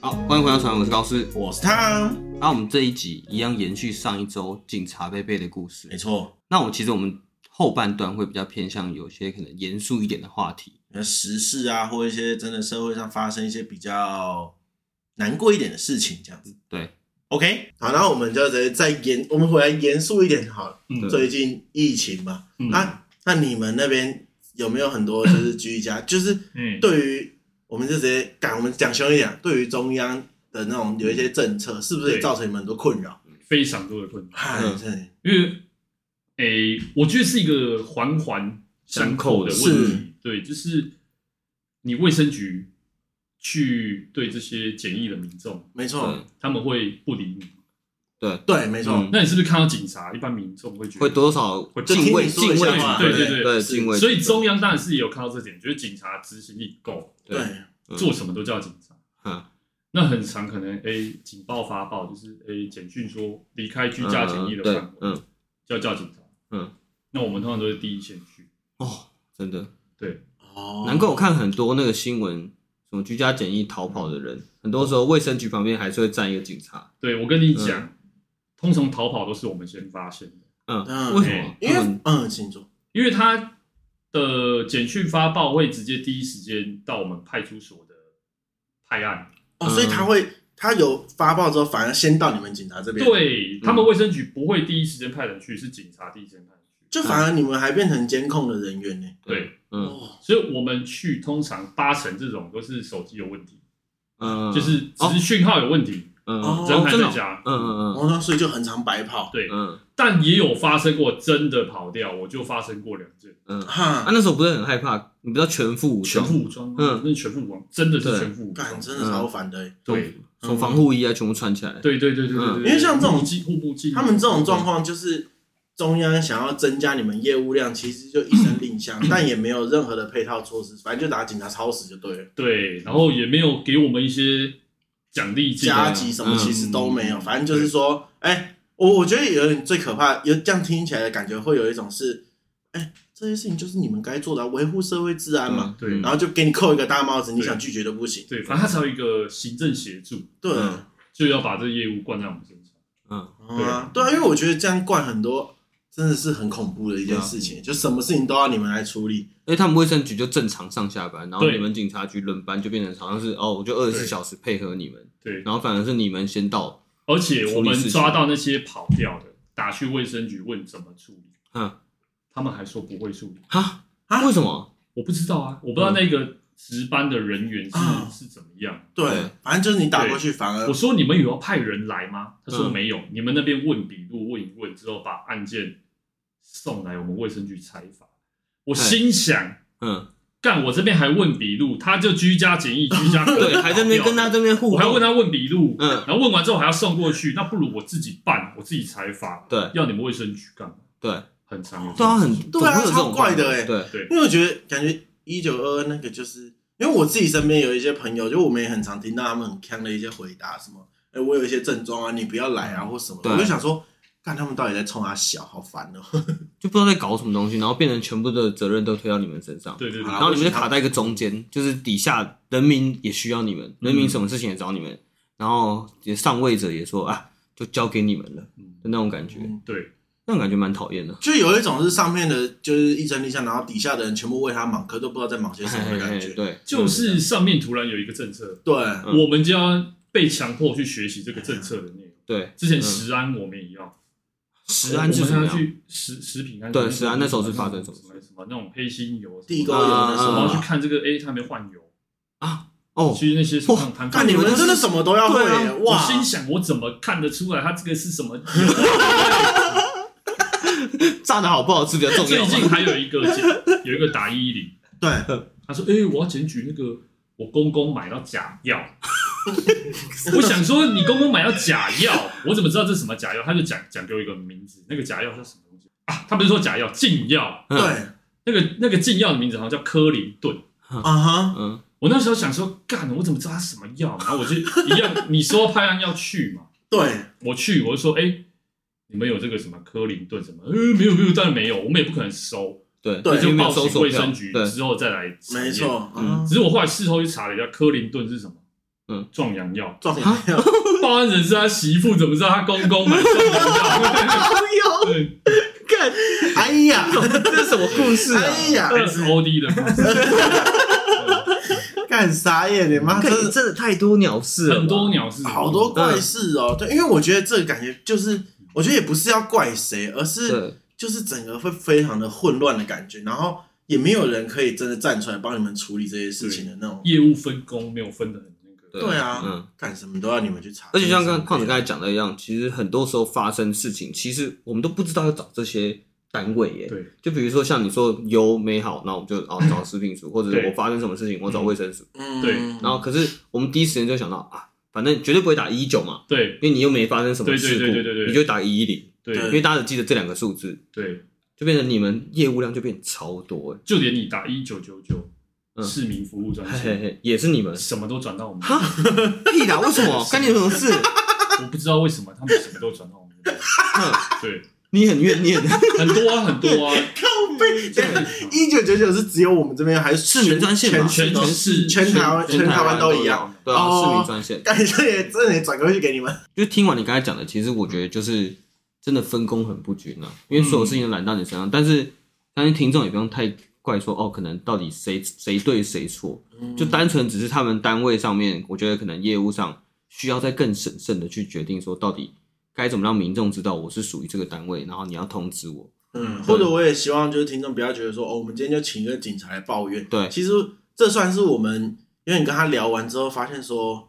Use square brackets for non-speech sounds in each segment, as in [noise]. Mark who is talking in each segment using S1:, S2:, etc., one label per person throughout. S1: 欢迎回到船，我是高斯。
S2: 我是汤，
S1: 那、我们这一集一样延续上一周警察贝贝的故
S2: 没
S1: 事。
S2: 错，
S1: 那我其实我们后半段会比较偏向有些可能严肃一点的话题。
S2: 那时事啊，或一些真的社会上发生一些比较难过一点的事情，这样子。
S1: 对，
S2: OK，好，那我们就直接再严，我们回来严肃一点好了。
S3: 嗯
S2: 最近疫情嘛，
S3: 嗯
S2: 啊，那你们那边有没有很多就是居家，
S3: [coughs]
S2: 就是
S3: 嗯，
S2: 对于我们就直接讲，我们讲凶一点，对于中央的那种有一些政策，是不是也
S3: 嗯对嗯
S2: 造成你们很多困扰？
S3: 非常多的困
S2: 哎，
S3: 难，
S1: 嗯
S2: 对，
S3: 因为诶、我觉得是一个环环相扣的
S2: 是
S3: 问题。对，就是你卫生局去对这些检疫的民众，
S2: 没错，
S3: 他们会不理你。
S1: 对，
S2: 对，没错，
S1: 嗯
S3: 那你是不是看到警察，一般民众会觉得
S1: 会多少
S3: 会
S1: 敬畏
S2: 听
S1: 敬
S2: 你说
S1: 畏
S2: 的
S3: 话
S1: 主
S3: 对对
S1: 对
S3: 对
S1: 对
S2: 是
S1: 敬畏主，
S3: 所以中央当然是也有看到这点，就是警察执行力够，
S2: 对，
S1: 嗯
S3: 做什么都叫警察。
S1: 嗯
S3: 那很常可能 A 警报发报，就是 A 简讯说离开居家检疫的
S1: 对
S3: 范围，，
S1: 嗯
S3: 就要叫警察。
S1: 嗯，
S3: 那我们通常都是第一线去。
S1: 哦，真的，
S3: 对，
S2: 哦
S1: 难怪我看很多那个新闻，什么居家检疫逃跑的人，很多时候卫生局旁边还是会站一个警察。
S3: 对我跟你讲，通常逃跑都是我们先发现的，
S1: 嗯，
S2: 嗯
S1: 为什么？
S2: 因为
S1: 嗯
S2: 嗯，请坐。
S3: 因为他的简讯发报会直接第一时间到我们派出所的派案，
S2: 哦，
S3: 嗯
S2: 所以他会，他有发报之后，反而先到你们警察这边，，
S3: 对他
S1: 嗯
S3: 们卫生局不会第一时间派人去，是警察第一时间派人去。
S2: 就反而你们还变成监控的人员呢。
S3: 对，
S1: 嗯
S2: 哦，
S3: 所以我们去通常八成这种都是手机有问题，
S1: 嗯，
S3: 就是只是讯号有问题，
S1: 嗯
S2: 哦
S3: 人还
S1: 真的哦
S3: 在家。
S1: 嗯嗯嗯
S2: 哦，那所以就很常白跑，
S3: 对，
S1: 嗯
S3: 但也有发生过真的跑掉，我就发生过两件，
S1: 嗯。啊，
S2: 哈，
S1: 那时候不是很害怕？你不知道全副武
S3: 全
S1: 装，
S3: 副武装，
S1: 嗯
S3: 嗯，那是全副武装，真的
S1: 对
S3: 是全副武装
S2: 干，真的超烦的欸。
S3: 对。
S1: 什么防护衣啊，全部穿起来。
S3: 嗯对对对对对
S1: 嗯
S3: 对，
S2: 因为像这种
S3: 护目镜护目镜，
S2: 他们这种状况就是中央想要增加你们业务量，其实就一声令
S3: 嗯
S2: 下，但也没有任何的配套措施，反正就打警察超死就对了，
S3: 对，然后也没有给我们一些奖励金啊，
S2: 加急什么其实都没有，
S3: 嗯
S2: 反正就是说，哎，我我觉得有点最可怕，有这样听起来的感觉会有一种是，哎，这些事情就是你们该做的啊，维护社会治安嘛。
S1: 嗯，
S3: 对
S1: 嗯
S2: 然后就给你扣一个大帽子，你
S3: 对
S2: 想拒绝都不行。
S3: 对，反正他才有一个行政协助，
S2: 对，
S1: 嗯
S3: 就要把这业务灌在我们身上。
S1: 嗯，
S2: 对啊，对啊，因为我觉得这样灌很多真的是很恐怖的一件事情，
S1: 嗯
S2: 就什么事情都要你们来处理。
S1: 因为他们卫生局就正常上下班，然后
S3: 对
S1: 你们警察局轮班就变成好像是哦，我就二十四
S3: 对
S1: 小时配合你们，
S3: 对，
S1: 然后反而是你们先到，
S3: 而且我们
S1: 处理事情
S3: 抓到那些跑掉的，打去卫生局问怎么处理，
S1: 嗯，
S3: 他们还说不会处理，
S1: 哈，
S2: 啊
S1: 为什么？
S3: 我不知道啊，我不知道
S1: 嗯
S3: 那个值班的人员是
S2: 啊
S3: 是怎么样。
S2: 对
S1: 对，
S2: 反正就是你打过去，反而
S3: 我说你们有要派人来吗？他说
S1: 嗯
S3: 没有，你们那边问笔录问一问之后，把案件送来我们卫生局采访。我心想，
S1: 嗯，
S3: 干我这边还问笔录，他就居家检疫，居家隔离
S1: 对，还在那
S3: [laughs]
S1: 边跟他，这边互
S3: 我
S1: 动，
S3: 还问他问笔录，
S1: 嗯
S3: 然后问完之后还要送过去，那不如我自己办，我自己采访，
S1: 对
S3: 要你们卫生局干嘛？ [laughs]
S1: 对，
S3: 很长有这
S1: 对啊，
S3: 种事
S1: 很
S3: 情
S1: 总会有这种
S2: 超怪的欸
S1: 对，
S2: 因为我觉得感觉一九二那个就是，因为我自己身边有一些朋友，就我们也很常听到他们很呛的一些回答，什么，哎，我有一些症状啊，你不要来啊，或什么的。
S1: 嗯对
S2: 我就想说，看他们到底在冲他小，好烦哦。
S1: 就不知道在搞什么东西，然后变成全部的责任都推到你们身上，
S3: 对对对
S2: 啊
S1: 然，后你们就卡在一个中间，就是底下人民也需要你们，人
S2: 嗯
S1: 民什么事情也找你们，然后也上位者也说啊，就交给你们了
S3: 嗯
S1: 的那种感觉，
S2: 嗯
S3: 对
S1: 那种感觉蛮讨厌的。
S2: 就有一种是上面的，就是一声令下，然后底下的人全部为他忙，可都不知道在忙些什么的感觉。
S1: 对，
S3: 就是上面突然有一个政策，
S2: 对，
S1: 嗯
S3: 我们就要被强迫去学习这个政策的内容。
S1: 对
S3: 之前食安我们也要，
S1: 食安是
S3: 我
S1: 什么
S3: 们要
S1: 样？
S3: 去食食品安全
S1: 对食安那时候是发生什么啊
S3: 什么什么那种黑心油什么的，
S2: 地沟油那什
S3: 然后去
S2: 么，
S3: 看这个 A 他没换油，
S1: 哦，
S3: 去那些什么摊
S2: 看
S3: 贩，
S2: 你们真的什么都要会
S1: 对啊
S2: 耶，
S3: 我
S2: 哇！
S3: 心想我怎么看得出来他这个
S1: [laughs]
S3: 是什么油？
S1: 炸的好不好吃比较重
S3: 最
S1: 要
S3: 近
S1: 吧。
S3: 还有一个检有一个打一零，
S2: 对，
S3: 他说：“哎、我要检举那个我公公买到假药。” [laughs] 我想说，你公公买到假药，我怎么知道这是什么假药？他就讲讲给我一个名字，那个假药叫什么东西啊？他不是说假药，禁药，
S2: 对，
S1: 嗯
S2: 啊
S3: 那个那个禁药的名字好像叫科林顿。
S2: 哈，
S1: 嗯，
S3: 我那时候想说，干，我怎么知道它什么药？然后我就一样，你说派案要去嘛，
S1: 嗯
S2: 对，
S3: 我去，我就说，哎、你们有这个什么科林顿什么？呃，没有没有，当然没有，我们也不可能收，
S1: 对，
S2: 对
S3: 那就
S1: 没
S3: 报
S1: 有收
S3: 警
S1: 手
S3: 卫
S1: 票
S3: 生局，
S1: 对，
S3: 之后再来查验
S2: 没。错，
S1: 嗯
S2: 嗯
S3: 只是我后来事后去查了一下，科林顿是什么？
S1: 嗯，
S3: 壮阳药。
S2: 壮阳药，
S3: 报案人是他媳妇，怎么知道他公公买壮阳药？
S1: 哎
S3: 对，
S1: 干，
S2: [laughs] 哎呀，
S1: 这是什么故事啊？
S2: 哎呀，
S3: 二十 OD 的故
S2: [laughs]
S3: 事，
S2: 干啥耶？你妈
S1: 干
S2: 真
S1: 你
S2: 的
S1: 真的太多鸟事了吧，
S3: 很多鸟是
S2: 好多怪事
S1: 嗯
S2: 哦。对，因为我觉得这个感觉就是，我觉得也不是要怪谁，而是
S1: 对，
S2: 就是整个会非常的混乱的感觉，然后也没有人可以真的站出来帮你们处理这些事情的那种。
S3: 业务分工没有分的很那个。
S2: 对啊，
S1: 嗯。
S2: 干什么都要你们去查。
S1: 而且像刚胖子刚才讲的一样，其实很多时候发生事情，其实我们都不知道要找这些单位耶。
S3: 对，
S1: 就比如说像你说有美好，那我们就哦找食品署，或者是
S3: 对
S1: 我发生什么事情我找卫生署。
S2: 嗯，
S3: 对
S1: 然后可是我们第一时间就想到啊，反正绝对不会打一九嘛，
S3: 对
S1: 因为你又没发生什么
S3: 对对
S1: 事故，
S3: 对对对对
S1: 你就打一一零，因
S3: 对
S1: 为大家只记得这两个数字，
S3: 对，
S1: 就变成你们业务量就变超多耶，
S3: 就连你打一九九九
S1: 嗯
S3: 市民服务专
S1: 嘿嘿
S3: 线，
S1: 嘿，也是你
S3: [laughs]
S1: 们。
S3: 什么都转到我们这
S1: 哈，屁啦！为什么干你什么事？
S2: [laughs]
S3: 边，我不知道为什么他们什么都转到我们这边。
S1: 哼
S3: 对，
S1: [laughs] 你很怨念，
S3: 很多啊，很多啊，
S2: [laughs] 靠背，
S3: 这样子
S2: 一九九九是只有我们这边，还是
S1: 市民专线吧
S2: 全
S3: 全
S2: 全
S3: 市
S2: 全台湾全台湾都一样。。
S1: [laughs] 对啊，
S2: 哦
S1: 市民专线。
S2: 感觉也真的也转过去给你们。
S1: 就听完你刚才讲的，其实我觉得就是真的分工很不均啊，因为所有事情都揽到你身上。但是，但是听众也不用太怪说哦，可能到底谁谁对谁错，
S2: 嗯
S1: 就单纯只是他们单位上面，我觉得可能业务上需要再更审慎的去决定说到底该怎么让民众知道我是属于这个单位，然后你要通知我。
S2: 嗯，或者我也希望就是听众不要觉得说哦，我们今天就请一个警察来抱怨。
S1: 对
S2: 其实这算是我们，因为你跟他聊完之后，发现说，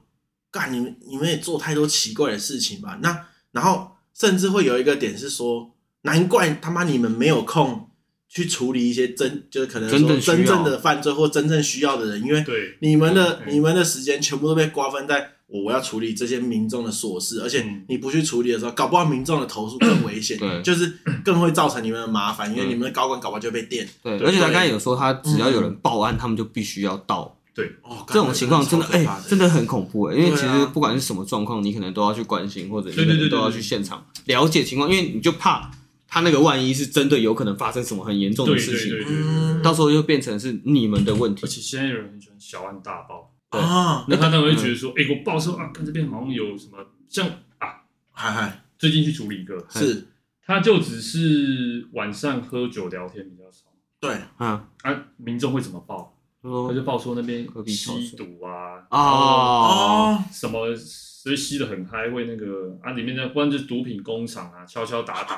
S2: 干你们你们也做太多奇怪的事情吧。那然后甚至会有一个点是说，难怪他妈你们没有空去处理一些真就是可能
S1: 真正
S2: 说
S1: 需要
S2: 真正的犯罪或真正需要的人，因为
S3: 对，
S2: 你们的、
S3: 嗯
S2: 你们的时间全部都被瓜分在我我要处理这些民众的琐事，而且
S3: 嗯
S2: 你不去处理的时候，搞不好民众的投诉更危险
S1: 对，
S2: 就是更会造成你们的麻烦，因为
S1: 嗯
S2: 你们的高管搞不好就被电。
S1: 对，
S3: 对
S1: 而且他刚才有说，他只要有人报案，他们就必须要到。
S2: 哦，
S1: 这种情况真的哎、真
S2: 的
S1: 的很恐怖哎、因为
S2: 对啊
S1: 其实不管是什么状况，你可能都要去关心，或者你可
S3: 对对
S1: 能
S3: 对
S1: 都要
S3: 对
S1: 去现场了解情况，因为你就怕他那个万一是针对有可能发生什么很严重的
S3: 对
S1: 事
S3: 对对
S1: 情，
S2: 嗯
S1: 到时候就变成是你们的问
S3: 而
S1: 题。
S3: 且现在有人很喜欢小案大报，
S1: 对
S2: 啊，
S3: 那他当然会觉得说，哎，我报说啊，看这边好像有什么，像啊，
S2: 嗨嗨，
S3: 最近去处理一个，
S2: 是
S3: 他就只是晚上喝酒聊天比较少，
S2: 对，
S1: 嗯，
S3: 啊，民众会怎么报？
S1: 他
S3: 他
S1: 说
S3: 就报说那边
S1: 喝啤酒
S3: 吸毒啊，
S1: 哦，
S2: 哦，
S3: 什么所以吸的很嗨，会那个啊，里面的不然就是毒品工厂啊，敲敲
S1: [laughs]
S3: 打打。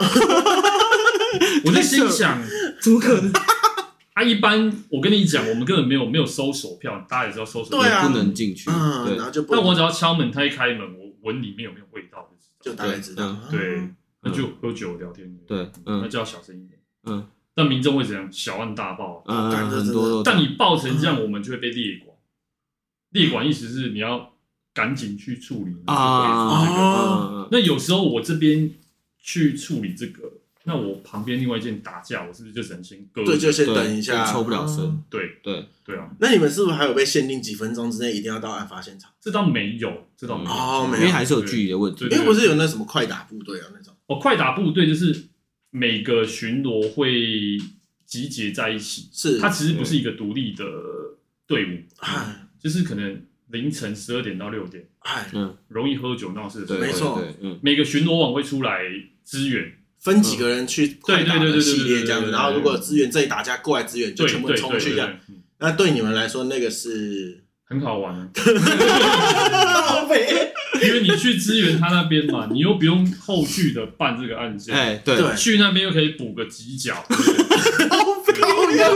S3: 我在心想，
S1: 怎么可能？
S3: 啊，一般我跟你讲，我们根本没有没有收手票，大家也知道收手票。
S2: 对啊
S1: 不能进去，
S2: 嗯，
S1: 对
S2: 然，后就不
S3: 但我只要敲门，他一开门，我闻里面有没有味道就
S2: 就
S3: 知道。
S2: 大概知道
S1: 嗯，
S3: 对，那
S1: 嗯
S3: 就喝酒聊天。
S1: 对
S3: 那
S1: 嗯
S3: 就要小声一点。
S1: 嗯
S3: 但民众会怎样？小案大报啊。
S1: 嗯，
S2: 感觉
S1: 很
S2: 真的
S1: 多都
S3: 但你爆成这样，我们就会被列管。列管意思是你要赶紧去处理你的
S1: 啊
S3: 这个
S1: 嗯嗯
S3: 那有时候我这边去处理这个，那我旁边另外一件打架，我是不是就只能先割？
S2: 对，就先
S1: 对
S2: 等一下，
S1: 就抽不了身
S2: 嗯
S3: 对
S1: 对，
S3: 对啊，
S2: 那你们是不是还有被限定几分钟之内一定要到案发现场？
S3: 这倒没有，这倒没有。
S2: 哦，
S1: 因
S2: 没
S1: 为
S2: 有，
S1: 还是有距离的问题
S3: 对，
S2: 因为不是有那什么快打部队啊那种，
S3: 哦，快打部队就是每个巡逻会集结在一起，
S2: 是
S3: 它其实不是一个独立的队伍，
S2: 哎
S3: 就是可能凌晨十二点到六点，
S2: 哎，
S1: 嗯，
S3: 容易喝酒闹事的时
S1: 对，
S3: 候，
S2: 没错
S1: 对，对嗯，
S3: 每个巡逻网会出来支援。
S2: 分几个人去快打
S3: 对
S2: 的
S3: 对对对对
S2: 系列这样子，
S3: 对对对对对
S2: 然后如果资源这里打架过来支援，就
S3: 对
S2: 全部
S3: 对
S2: 冲
S3: 对
S2: 去
S3: 对
S2: 这样。
S3: 对，嗯
S2: 那对你们来说，那个是
S3: 很好玩啊，
S2: [laughs] 浪费。
S3: 因为你去支援他那边嘛，你又不用后续的办这个案件，
S1: 哎，对，
S2: 对
S3: 去那边又可以补个几脚，
S2: 靠呀，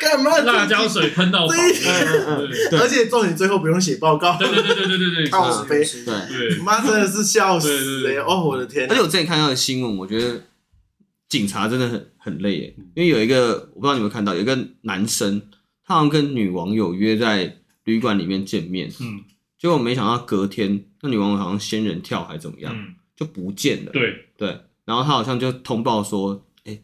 S2: 干
S3: [laughs]
S2: 嘛？
S3: 辣椒水喷到饱，
S2: 这一
S3: 对对
S2: 而且重点最后不用写报告，
S3: 对对对对对对，
S2: 靠
S3: 对
S2: 背。
S1: 对。
S3: 对
S2: [laughs] 妈真的是笑
S3: 对对
S2: 死
S3: 对
S2: 哎！哦，我的天
S1: 而！且我之前看到的新闻，我觉得警察真的很很累耶，因为有一个我不知道你有没有看到，有一个男生，他好像跟女网友约在旅馆里面见面，
S3: 嗯
S1: 结果没想到隔天那女网友好像仙人跳还怎么样，
S3: 嗯，
S1: 就不见了。
S3: 对，
S1: 对，然后他好像就通报说，哎、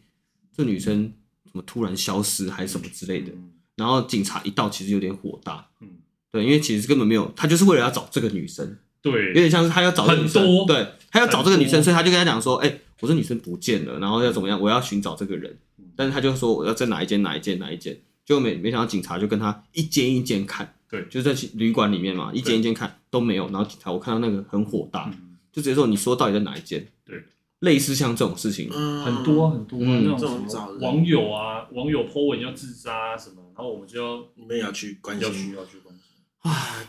S1: 这女生怎么突然消失，还是什么之类的。
S3: 嗯
S1: 然后警察一到，其实有点火大。
S3: 嗯，
S1: 对，因为其实根本没有，他就是为了要找这个女生，有
S3: 对，
S1: 点像是他要找这个女生
S3: 很多
S1: 对，他要找这个女
S3: 很
S1: 生，
S3: 多
S1: 所以他就跟他讲说，哎、我这女生不见了，然后要怎么样，我要寻找这个人
S3: 嗯，
S1: 但是他就说我要在哪一间哪一间哪一间，就没没想到警察就跟他一间一间看，
S3: 对
S1: 就是在去旅馆里面嘛，一间一间看都没有，然后警察我看到那个很火大，
S3: 嗯，
S1: 就直接说你说到底在哪一间？
S3: 对，
S1: 类似像这种事情，
S2: 嗯，
S3: 很多啊很多啊
S1: 嗯
S3: 那
S2: 这
S3: 种
S2: 种
S3: 什
S2: 找
S3: 么
S2: 人
S3: 网友啊，网友 po 文要自杀啊什么，然后我们就要
S2: 你们也要去关
S3: 要去
S2: 心。
S3: 要去关心。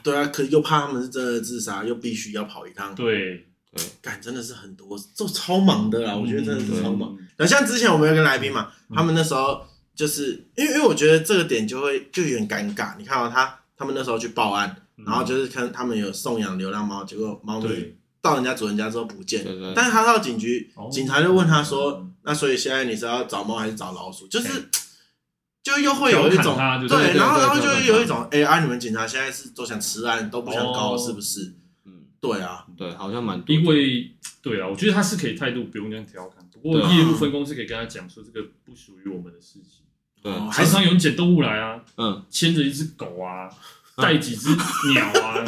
S2: 对啊，可又怕他们是真的自杀，又必须要跑一趟，
S3: 对，
S2: 干真的是很多，这超忙的啦，我觉得真的是
S1: 对
S2: 超
S1: 嗯
S2: 忙。那像之前我们有个来宾嘛，
S3: 嗯
S2: 他们那时候就是因为因为我觉得这个点就会就有点尴尬。你看到、他他们那时候去报案，
S3: 嗯
S2: 然后就是看他们有送养流浪猫，结果猫咪
S3: 对
S2: 到人家主人家之后不见
S1: 对对，
S2: 但是他到警局
S3: 哦，
S2: 警察就问他说
S3: 嗯：“
S2: 那所以现在你是要找猫还是找老鼠？”就是
S3: 嗯
S2: [laughs] 就又会有一
S3: 调
S2: 种
S3: 侃他就是
S1: 对
S2: 对，
S1: 对
S2: 然后
S1: 对
S2: 然后
S1: 调
S2: 就
S1: 侃
S2: 会
S1: 他
S2: 有一种哎啊，你们警察现在是都想吃案，都不想搞
S3: 哦
S2: 是不是？
S1: 嗯，
S2: 对啊，
S1: 对，好像蛮多
S3: 因为对啊，我觉得他是可以态度不用这样调侃，不过
S1: 对啊
S3: 业务分工是可以跟他讲说这个不属于我们的事情。
S1: 对，
S2: 哦还
S3: 常
S2: 是
S3: 常有人捡动物来啊，
S1: 嗯，
S3: 牵着一只狗啊，
S2: 嗯
S3: 带几只鸟
S2: [laughs]
S3: 啊，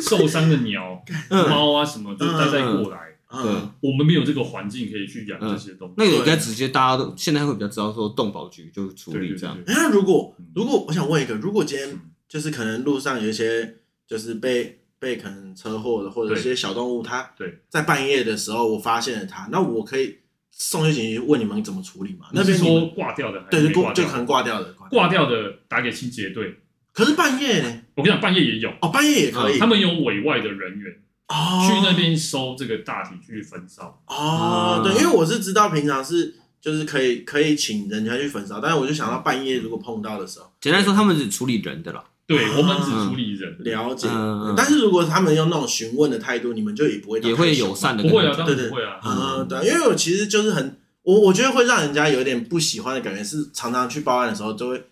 S3: 受伤的鸟、
S1: 嗯
S3: 猫啊什么，就带带过来。
S1: 对
S2: 嗯，
S3: 我们没有这个环境可以去养这些东西。
S1: 那个应该直接大家都现在会比较知道说动保局就处
S3: 对
S1: 理
S3: 对
S1: 这样
S3: 对，对
S2: 哎，那如果
S3: 嗯
S2: 如果我想问一个，如果今天
S3: 嗯
S2: 就是可能路上有一些就是被被可能车祸的或者一
S3: 对
S2: 些小动物，它
S3: 对
S2: 在半夜的时候我发现了它，那我可以送去警局问你们怎么处理嘛？那
S3: 你
S2: 边
S3: 是
S2: 你
S3: 说
S2: 们
S3: 挂掉的还
S2: 对
S3: 是没
S2: 就
S3: 挂
S2: 挂就可
S3: 掉？
S2: 能挂掉的，挂掉
S3: 挂掉的打给清洁队，
S2: 可是半夜呢？
S3: 我跟你讲，半夜也有，
S2: 哦，半夜也可以，
S3: 啊他们有委外的人员
S2: 哦
S3: 去那边收这个大体去焚烧。
S2: 哦，
S1: 啊
S2: 对，因为我是知道平常是就是可以可以请人家去焚烧，但是我就想到半夜如果碰到的时候
S1: 简单说，他们只处理人的啦，
S3: 对
S2: 啊
S3: 我们只处理人，
S2: 了解，
S1: 嗯嗯
S2: 但是如果他们用那种询问的态度，你们就也不会到
S1: 也会
S2: 太凶
S1: 友善的
S3: 不
S1: 跟他们讲，
S3: 会啊，
S2: 对
S3: 当然
S2: 对
S3: 不会啊。
S2: 嗯，对，因为我其实就是很，我我觉得会让人家有点不喜欢的感觉，是常常去报案的时候都会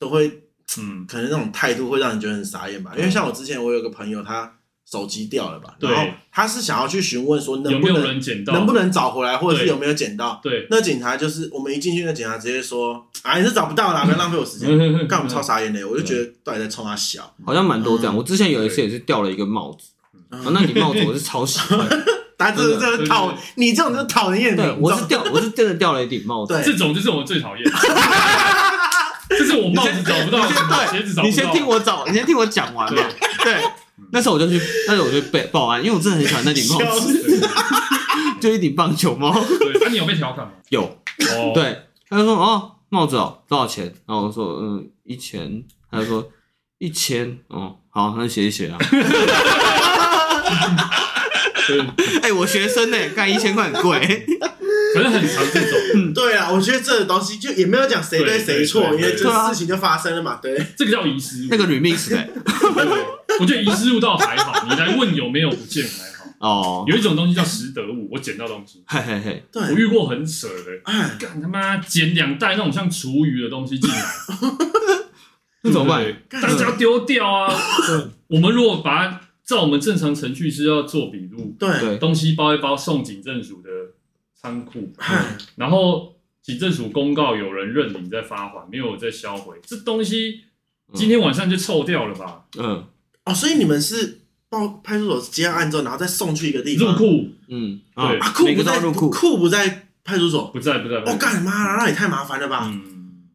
S2: 都会，
S3: 嗯，
S2: 可能那种态度会让人觉得很傻眼吧。因为像我之前我有个朋友，他手机掉了吧，
S3: 对
S2: 然后他是想要去询问说
S3: 有
S2: 能
S3: 没
S2: 不
S3: 有
S2: 能
S3: 人捡到？
S2: 能不能找回来，或者是
S3: 对
S2: 有没有捡到。
S3: 对，
S2: 那警察就是我们一进去，那警察直接说：“啊，你是找不到啦，不要浪费我时间。”
S3: 嗯
S2: [laughs] 干我们超傻眼的，我就觉得到底在冲他笑。
S1: 好像蛮多这样。我之前有一次也是掉了一个帽子，
S2: 嗯
S1: 啊，那你帽子我是超喜欢，
S2: 大家真的
S1: 真
S2: 真
S3: 的
S2: 的讨
S3: 对对，
S2: [laughs] 你这种就是讨人厌的
S1: 对
S2: 民众，
S1: 我是掉，我是真的掉了一顶帽子。
S2: 对
S3: 这种就是我最
S2: [laughs]
S3: 讨厌，就是我帽子找不到，
S1: 你先对
S3: 鞋子找不到。
S1: 你先听我
S2: [laughs]
S1: 找，你先听我讲完嘛。对，那时候我就去，那时候我就被报案，因为我真的很喜欢那顶帽
S2: 笑
S1: 子，
S2: 死
S3: 对。
S1: 就一顶棒球帽。
S3: 对，那、你有被调侃吗？
S1: 有，[laughs]
S3: 哦，
S1: 对，他就说哦，帽子哦，多少钱？然后我说嗯，一千。他就说一千，哦，好，那写一写
S2: [laughs]
S1: 啊。
S3: 对，
S1: 哎，我学生呢，干一千块很
S2: [laughs]
S1: 贵。
S3: 反正很常这种，
S2: 对啊，我觉得这个东西就也没有讲谁对谁错，因
S3: 对对对
S2: 为这
S1: 对啊
S2: 事情就发生了嘛，对。
S3: 这个叫遗失物。
S1: 那个 remix
S2: [laughs]
S1: 的
S3: 对，我觉得遗失物倒还好，你来问有没有不见还好。
S1: 哦，
S3: 有一种东西叫拾得物，我捡到东西，
S1: 嘿嘿嘿，
S2: 对
S3: 我遇过很扯的，
S2: 哎，
S3: 干他妈捡两袋那种像厨余的东西进来，
S1: 那怎么办？
S3: 对不对？大家丢掉啊！我们如果把它照我们正常程序是要做笔录，
S2: 对，
S1: 对，
S3: 东西包一包送警政署的仓库，
S2: 哎，
S3: 然后警政署公告有人认领再发还，没有再销毁，这东西今天晚上就臭掉了吧？
S1: 嗯
S2: 哦，所以你们是报派出所接案之后，然后再送去一个地
S3: 入
S2: 方，
S3: 库
S1: 嗯，
S3: 对
S2: 啊，库
S1: 每
S2: 不
S1: 个都
S2: 在
S1: 要入库。
S2: 库不在派出所，
S3: 不在不在，不
S2: 我
S3: 在
S2: 干妈，那也太麻烦了吧？
S3: 嗯，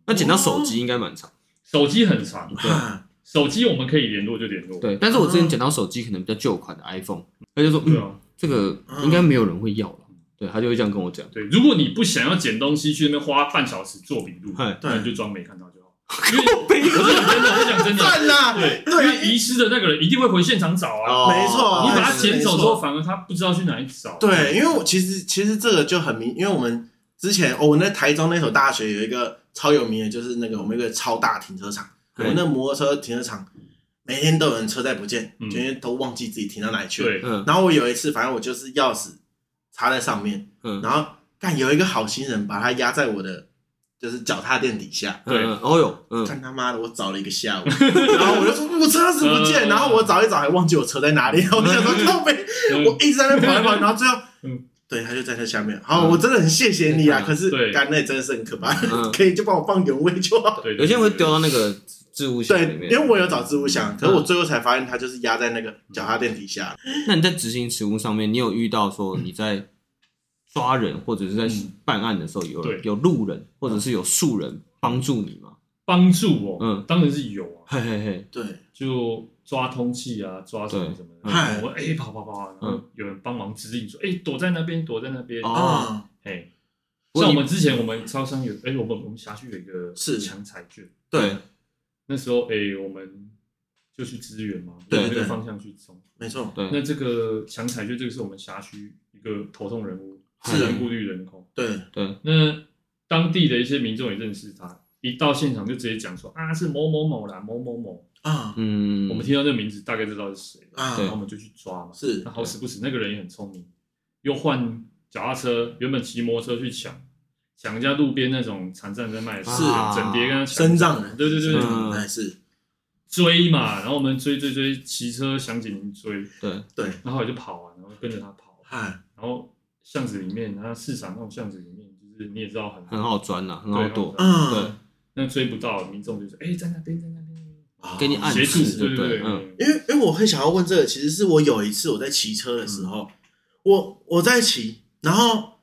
S1: 那捡到手机应该蛮长，
S3: 手机很长，
S1: 对
S2: 啊
S3: 手机我们可以联络就联络，
S1: 对。但是我之前捡到手机可能比较旧款的 iPhone，他就说，
S3: 对
S1: 嗯，
S3: 啊，
S1: 这个应该没有人会要了，对他就会这样跟我讲。
S3: 对。如果你不想要捡东西去那边花半小时做笔录，
S1: 嗨，
S3: 那
S2: 对
S3: 你就装没看到
S1: [laughs]
S3: 就好。因为我讲真的，我讲真的，
S2: 算啦，
S3: 对，
S2: 对啊
S3: 因为遗失的那个人一定会回现场找啊，
S1: 哦
S2: 没错，
S3: 你把
S2: 哎
S3: 它捡走
S2: 没
S3: 之，后，
S2: 错
S3: 反而他不知道去哪里找。
S2: 对，因为我其实其实这个就很明，因为我们之前哦，我那台中那所大学有一个超有名的，就是那个我们有一个超大停车场，我
S1: 对
S2: 们那摩托车停车场每天都有人车在不见，
S3: 嗯
S2: 就因为都忘记自己停到哪里去了。
S3: 对，
S1: 嗯
S2: 然后我有一次，反正我就是钥匙插在上面，
S1: 嗯，
S2: 然后干有一个好心人把它压在我的就是脚踏垫底下，
S1: 嗯嗯哦哟，嗯，
S2: 看他妈的，我找了一个下午， [laughs] 然后我就说我车子不见，
S3: 嗯
S2: 然后我找一找还忘记我车在哪里， [laughs] 我想说靠背，
S3: 嗯
S2: 我一直在那边跑来跑去，然后最后
S3: 嗯。
S2: 对，他就在他下面。好，
S1: 嗯
S2: 我真的很谢谢你啊！
S1: 嗯
S2: 可是
S3: 对
S2: 干那真的是很可怕，
S1: 嗯
S2: [laughs] 可以就帮我放原位就好。
S3: 对，
S1: 有些人会丢啊到那
S3: 对
S1: 个置物箱里
S2: 对，
S1: 面。
S2: 因为我有找置物箱，可是我最后才发现它就是压在那个脚踏垫底下。
S1: 那你在执行职务上面，你有遇到说你在抓人或者是在
S3: 嗯
S1: 办案的时候有
S3: 对
S1: 有路人或者是有素人帮助你吗？
S3: 帮助我，
S1: 嗯
S3: 当然是有啊，
S1: 嘿嘿嘿，
S2: 对，
S3: 就抓通气啊，抓什么
S1: 对
S3: 什么的，
S1: 嗯
S3: 然后我哎、跑跑跑啊，然后
S1: 嗯
S3: 有人帮忙指引说，哎、躲在那边，躲在那边，
S1: 哦
S2: 啊，
S3: 哎，
S1: 不过
S3: 像我
S1: 你
S3: 们之前我们超商有，哎、我们我们辖区有一个
S2: 是
S3: 强财券，
S2: 对，
S3: 那时候哎、我们就去支援嘛，
S2: 对
S3: 往那
S2: 对
S3: 个方向去冲。
S2: 没错，
S1: 对
S3: 那这个强财券，这个是我们辖区一个头痛人物，
S1: 是
S3: 自然顾虑人口。
S2: 对，
S1: 对，
S3: 那当地的一些民众也认识他，一到现场就直接讲说啊是某某某啦，某某某。
S2: 啊
S1: 嗯，
S3: 我们听到这个名字大概知道是谁了，
S2: 啊
S1: 对
S3: 然后我们就去抓嘛。
S2: 是
S3: 那好死不死，那个人也很聪明，又换脚踏车，原本骑摩托车去抢，抢人家路边那种残障在卖的，
S1: 是
S3: 整叠跟他抢
S2: 身障人，
S3: 对对对
S2: 身
S3: 对
S2: 障人
S1: 嗯
S2: 哎是，
S3: 追嘛，然后我们追追追，骑车响警铃追，
S1: 对
S2: 对，
S3: 然后我就跑啊，然后跟着他跑，
S2: 嗨，
S3: 然后巷子里面，他市场那种巷子里面，就是你也知道很
S1: 很好钻呐，很
S3: 对
S1: 好躲，
S2: 嗯，
S3: 那追不到民众就说，哎，在那边，在那边，
S2: 啊
S1: 给你暗
S3: 协
S1: 示
S3: 助，
S1: 就
S3: 对
S1: 对
S3: 对，
S1: 嗯
S2: 因为因为我很想要问这个，其实是我有一次我在骑车的时
S3: 嗯
S2: 候，我我在骑，然后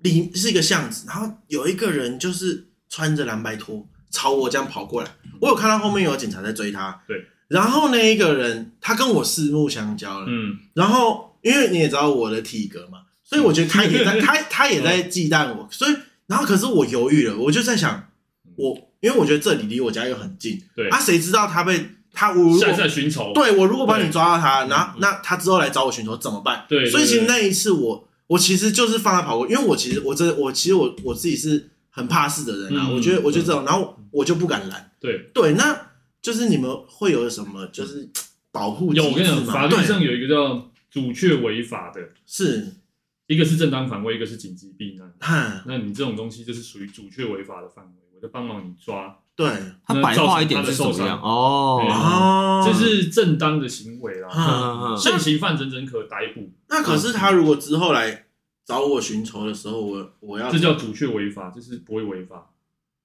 S2: 里是一个巷子，然后有一个人就是穿着蓝白拖朝我这样跑过来，我有看到后面有警察在追他，
S3: 嗯对，
S2: 然后那一个人他跟我四目相交了，
S3: 嗯，
S2: 然后因为你也知道我的体格嘛，所以我觉得他也
S3: 嗯
S2: 在他他也在忌惮我，所以然后可是我犹豫了，我就在想我。因为我觉得这里离我家又很近，
S3: 嗯对
S2: 啊，谁知道他被他我如果
S3: 下一次来寻仇，
S2: 对我如果把你抓到他，
S3: 对
S2: 然后
S3: 嗯
S2: 那他之后来找我寻仇怎么办？
S3: 对对
S2: 所以其实
S3: 对
S2: 那一次我我其实就是放他跑过，因为我其实我真的我其实我我自己是很怕事的人啊，
S3: 嗯
S2: 我觉得我就这种，然后我就不敢拦。
S3: 对，
S2: 对，那就是你们会有什么就是保护机
S3: 有我跟你
S2: 制
S3: 讲，法
S2: 嘛？
S3: 律
S2: 对，
S3: 上有一个叫阻却违法的，
S2: 是，
S3: 一个是正当防卫，一个是紧急避难。
S2: 哼，
S3: 那你这种东西就是属于阻却违法的范围，我在帮忙你抓，
S2: 对，
S3: 嗯
S1: 他白话一点是怎么样？哦，
S3: 对
S2: 哦，
S3: 这是正当的行为啦。
S1: 嗯嗯嗯
S3: 现行犯整整可逮捕，
S2: 那可是他如果之后来找我寻仇的时候，我我要
S3: 这叫阻却违法，这是不会违法。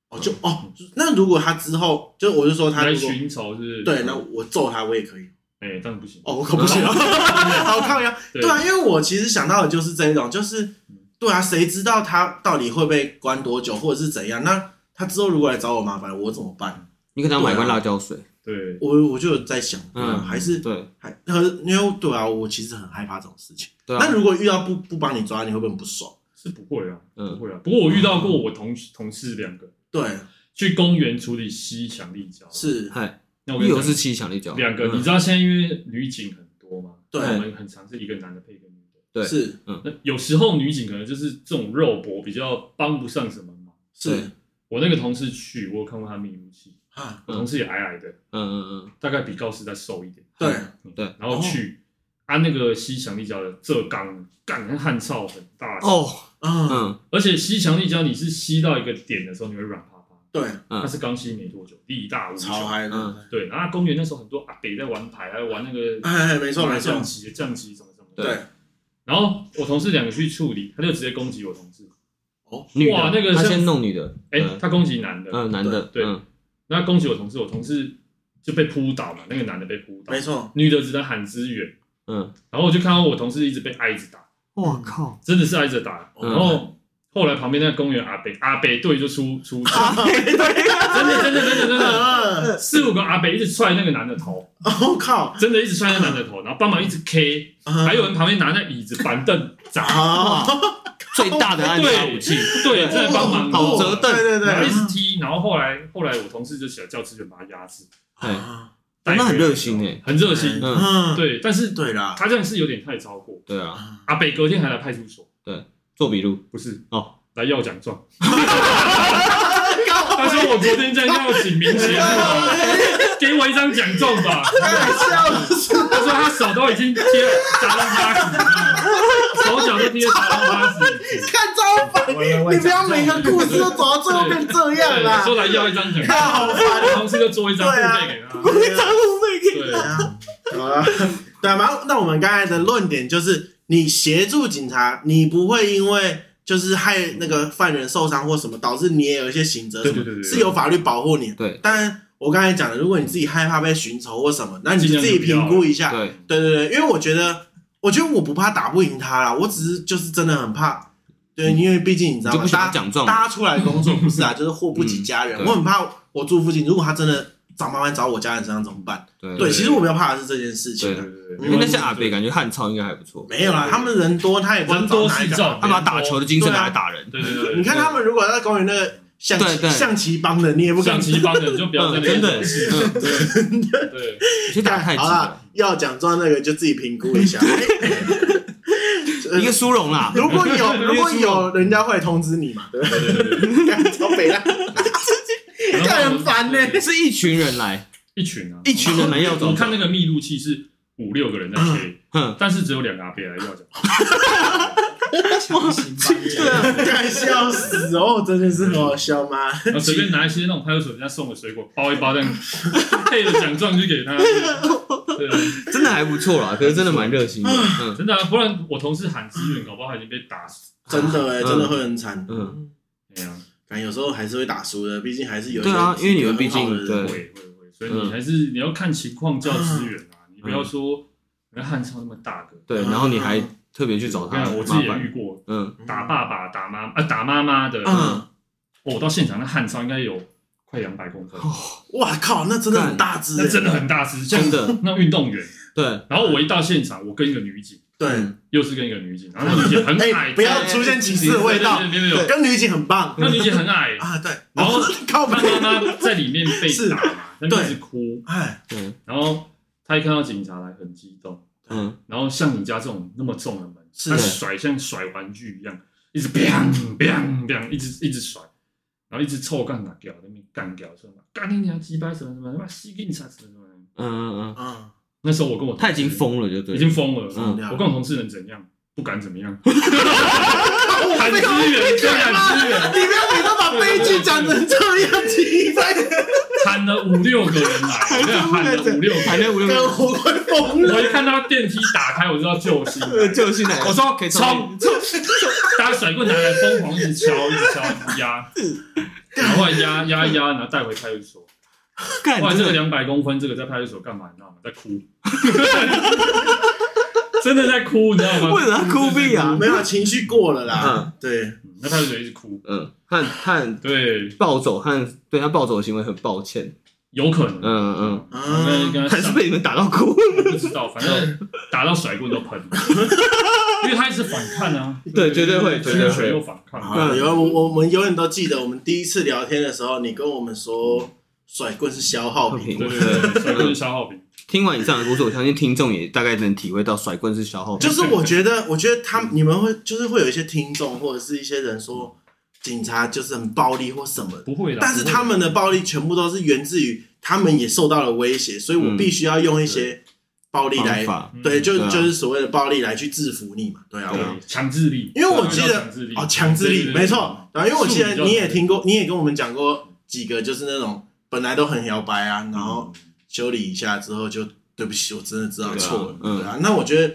S2: 哦就哦，那如果他之后就我就说他
S3: 来
S2: 如果
S3: 寻仇是？
S2: 对，那我揍他我也可以。
S3: 哎，当然不行。
S2: 哦，我可不行， [laughs] 好抗呀！
S3: 对
S2: 对啊，因为我其实想到的就是这一种，就是对啊，谁知道他到底会被关多久，或者是怎样？那他之后如果来找我麻烦，我怎么办？
S1: 你可能要买
S2: 啊
S1: 罐辣椒水，
S3: 对，
S2: 我我就有在想，嗯，
S1: 嗯
S2: 还是
S1: 对
S2: 还可是因为对啊，我其实很害怕这种事情。
S1: 对
S2: 那
S1: 啊，
S2: 如果遇到不不帮你抓，你会不会很不爽？
S3: 是不会啊，不
S1: 嗯，
S3: 会啊。不过我遇到过我同同事两个
S2: 对，
S3: 去公园处理吸强力胶，
S2: 是，
S1: 嗨，
S3: 那我跟
S1: 一
S3: 你
S1: 有
S3: 讲
S1: 是七强力胶，
S3: 两个，
S1: 嗯
S3: 你知道现在因为女警很多嘛，
S2: 对
S3: 那我们很常是一个男的配一个女的。
S1: 对
S2: 是，
S3: 那有时候女警可能就是这种肉搏比较帮不上什么忙。
S2: 是
S1: 对，
S3: 我那个同事去，我有看过他密录器，
S2: 啊，
S3: 我同事也矮矮的，
S1: 嗯嗯
S3: 大概比高斯再瘦一点。
S2: 对
S3: 嗯
S1: 对
S3: 然后去他那个吸强力胶的浙钢，干那汗臭很大
S1: 嗯，，哦，
S2: 啊，
S1: 嗯
S3: 而且吸强力胶你是吸到一个点的时候你会软趴趴，
S2: 对，
S3: 它是刚吸没多久，力大无
S2: 超
S3: 穷。
S2: 嗨的
S1: 嗯，
S3: 对，然后公园那时候很多阿北在玩牌，还玩那个
S2: 哎，没错没错
S3: 降，级降级什么什么的。
S2: 对，
S3: 然后我同事两个去处理，他就直接攻击我同事，
S1: 女
S3: 哇那个
S1: 的，他
S3: 像
S1: 先弄女的，
S3: 哎、
S1: 嗯
S3: 他攻击男的，
S1: 嗯，男的，
S3: 对
S1: 嗯
S3: 那攻击我同事，我同事就被扑倒嘛，那个男的被扑倒
S2: 没，错， [laughs]
S3: 女的只能喊支援，
S1: 嗯，
S3: 然后我就看到我同事一直被挨着打，
S1: 我 [laughs] 靠，
S3: 真的是挨着打，
S2: 嗯
S3: 然后后来旁边那个公园阿北阿北队就出出手，
S2: 对， [laughs]
S3: 真的真的真的真的。
S2: 啊
S3: 四五个阿北一直踹那个男的头，
S2: 我哦靠，
S3: 真的一直踹那个男的头，然后帮忙一直 K，
S2: 啊
S3: 还有人旁边拿那椅子板凳砸，
S2: 啊，
S1: [laughs] 最大的暗杀
S3: 对
S1: 武器，
S3: 对，真的帮忙
S1: 嗯好折凳啊
S2: 对对
S3: 然后
S2: 对
S3: 一，直踢，然后后来后来我同事就起来叫支援把他压制，
S1: 哎，
S2: 啊
S1: 那很热心
S3: 哎，
S1: 欸
S3: 很热心，
S1: 嗯
S2: 嗯，
S3: 对，但是
S2: 对啦，
S3: 他这样是有点太超过。
S1: 对啊，
S3: 阿北隔天还来派出所，
S1: 做笔录
S3: 不是
S1: 哦，
S3: 来要奖状。他说我昨天在要警民协助，给我一张奖状吧。
S2: 太笑了，
S3: 他说他手都已经贴扎到八十，手脚都贴扎到八十。
S2: 看超烦，你不要每个故事都走到最后变这样啊
S3: 对，
S2: 啦，
S3: 说来要一张奖
S2: 看好
S3: 状，
S2: 烦，
S3: 同事就做一张付费给他。
S2: 非常费
S3: 对
S2: 给。好啦，对嘛？那我们刚才的论点就是，你协助警察，你不会因为。就是害那个犯人受伤或什么，导致你也有一些刑责什么，
S3: 对对对对对
S2: 是有法律保护你。
S1: 对
S2: 当然，我刚才讲的，如果你自己害怕被寻仇或什么，那你就自己评估一下。
S1: 对，
S2: 对对对，因为我觉得，我觉得我不怕打不赢他啦，我只是就是真的很怕对，因为毕竟你知道
S1: 嗯你就
S2: 吗
S1: 不？想
S2: 大家
S1: 讲这种
S2: 大家出来工作不
S1: [laughs]
S2: 是啊，就是祸不及家人。
S1: 嗯对
S2: 我很怕我住附近，如果他真的找麻烦找我家人身上怎么办？
S1: 对
S2: 对，其实我比较怕的是这件事情
S1: 对
S2: 啊。
S1: 因为那些阿北感觉汉超应该还不错，
S2: 没有啦，他们人多，他也不知道
S3: 人多
S2: 找哪里
S3: 势
S2: 找
S3: 众
S1: 他把打球的精神
S2: 啊
S1: 拿来打人，
S3: 对对对对，
S2: 你看他们如果在公园那个象
S1: 对
S2: 棋
S1: 对
S2: 象棋帮的，你也不敢
S3: 象棋帮的你就不要在
S1: 嗯，
S3: 那
S1: 真
S3: 边
S1: 的，
S3: 啊
S1: 嗯，
S3: 对，
S1: 有些打太极
S2: 好啦
S1: 了，，
S2: [laughs] 要讲到那个就自己评
S1: [laughs]
S2: 估一下。哎
S1: 一个殊荣啦，
S2: 如果呃
S3: [laughs]
S2: 有如果有人家会通知你嘛，对不对？ [laughs] 干超北啦，
S3: 然后
S2: 这很烦呢
S1: 是一群人来，
S3: 一群啊，
S1: 一群人来要
S3: 我
S1: 走，嗯
S3: 看那个密录器是五六个人在吹，
S1: 哼，
S3: 但是只有两个阿伯来要
S1: [laughs]
S3: 讲，
S2: 干笑死哦，真的是很好笑吗？
S3: 然后随便拿一些那种派出所人家送的水果包一包
S1: [laughs]
S3: 这样，配着奖状就给他。对，啊
S1: 真的还不错啦，可是真的蛮热心的，嗯
S3: 真的、啊，不然我同事喊支援，搞不好他已经被打死。
S2: 真的哎，
S1: 嗯
S2: 真的会很惨。
S1: 嗯，
S3: 对啊，
S2: 感有时候还是会打输的，毕竟还是有一些
S1: 对啊因为你们
S2: 很好
S1: 毕
S2: 的人
S1: 竟对
S3: 会会会，所以你还是你要看情况叫支援啊，你不要说人家汉超那么大个。
S1: 对，然后你还特别去找
S3: 我跟你
S1: 他
S3: 啊讲，我自
S1: 麻
S3: 己也
S1: 烦，
S3: 遇过
S1: 嗯，
S3: 打爸爸、打妈啊、打妈妈的。
S2: 嗯，
S3: 哦，我到现场那汉超应该有快两百公分，
S2: 哇靠，那真的很大只欸，
S3: 那真的很大只，像
S1: 真的，
S3: 那种运动员。
S1: 对，
S3: 然后我一到现场，我跟一个女警，
S2: 对。
S1: 嗯
S3: 又是跟一个女警，然后那女警很
S2: 哎，
S3: 矮，
S2: 不要出现歧视的味道
S3: 对，对对对对
S2: 跟女警很棒
S3: 那女警
S2: [laughs]
S3: 很矮，
S2: 啊，对。
S3: 然后
S2: 哦靠
S3: 她
S2: 北，
S3: 妈妈在里面被
S2: 是
S3: 打嘛，她一直哭，
S2: 哎，
S1: 对，
S3: 然后她一看到警察来很激动，
S1: 嗯，
S3: 然后像你家这种那么重的门，
S2: 是
S3: 她甩像甩玩具一样，一直 biang biang biang，一直一直甩。然后一直臭干打掉，那边干掉说嘛，干你娘鸡巴什么什么，他妈西给你啥什么什么。
S1: 嗯嗯嗯，
S2: 嗯，
S3: 那时候我跟我同事
S1: 他已经，疯了，就对，
S3: 已经疯了。
S1: 嗯
S3: 我跟我同事能怎样？不敢怎么
S1: [laughs]
S3: 样。喊支援，就喊支援。
S2: 你不要每次把悲剧讲成这样，奇怪，
S3: 喊了五六个
S1: [laughs]
S3: 人来，我跟你讲喊了五六
S1: 排
S3: 个
S1: 那
S3: 人。
S1: 五六
S2: 跟
S1: 个
S2: 我快疯了。
S3: 我一看到电梯打开，我就要救星。
S1: [laughs] 救进来，
S3: 我说
S1: 可以
S3: 冲，大家甩棍拿来疯狂一直敲，一直敲，一
S1: [laughs]
S3: 直压，然后压压压，然后带回派出所。
S1: 干
S3: 哇，这
S1: 这
S3: 个
S1: 个，
S3: 两百公分，这个在派出所干嘛？你知道吗？在哭， [laughs] 真的在哭，你知道吗？
S1: 为什么要哭屁啊
S2: 没有情绪过了啦
S1: 嗯。
S2: 对，
S3: 嗯那派出所一直哭，
S1: 嗯，汉汉
S3: 对，
S1: 暴走汉对他暴走的行为很抱歉，
S3: 有可能，
S1: 嗯嗯，
S3: 我跟
S2: 嗯，
S3: 跟他
S1: 还是
S3: 上
S1: 被你们打到哭，
S3: 我不知道，反正打到甩棍都喷，因为他一直反抗啊，
S1: 对绝对会绝对
S3: 缺
S1: 会
S3: 水又反抗，
S2: 啊
S1: 嗯
S2: 有我我我们永远都记得，我们第一次聊天的时候，你跟我们说甩棍是消耗品，
S3: 对对对，甩棍是消耗品，
S1: 听完以上的故事，我相信听众也大概能体会到甩棍是消耗品，
S2: 就是我觉得，我觉得他你们会就是会有一些听众或者是一些人说警察就是很暴力或什么的，
S3: 不
S1: 啊
S3: 会的。
S2: 但是他们的暴力全部都是源自于他们也受到了威胁，所以我
S1: 嗯
S2: 必须要用一些暴力来
S1: 方，法，
S2: 对，就
S1: 对啊
S2: 就是所谓的暴力来去制服你嘛，对啊，
S3: 不会
S2: 我
S3: 嗯对强制力，
S2: 因为我记
S3: 他们叫
S2: 得
S3: 强制力
S2: 哦，强制力，没错。。然后因为我记得
S3: 术语叫
S2: 你也听过，你也跟我们讲过几个，就是那种本来都很摇摆啊，然后修理一下之后就对不起，我真的知道错了，
S1: 对啊嗯
S2: 对啊。那我觉得，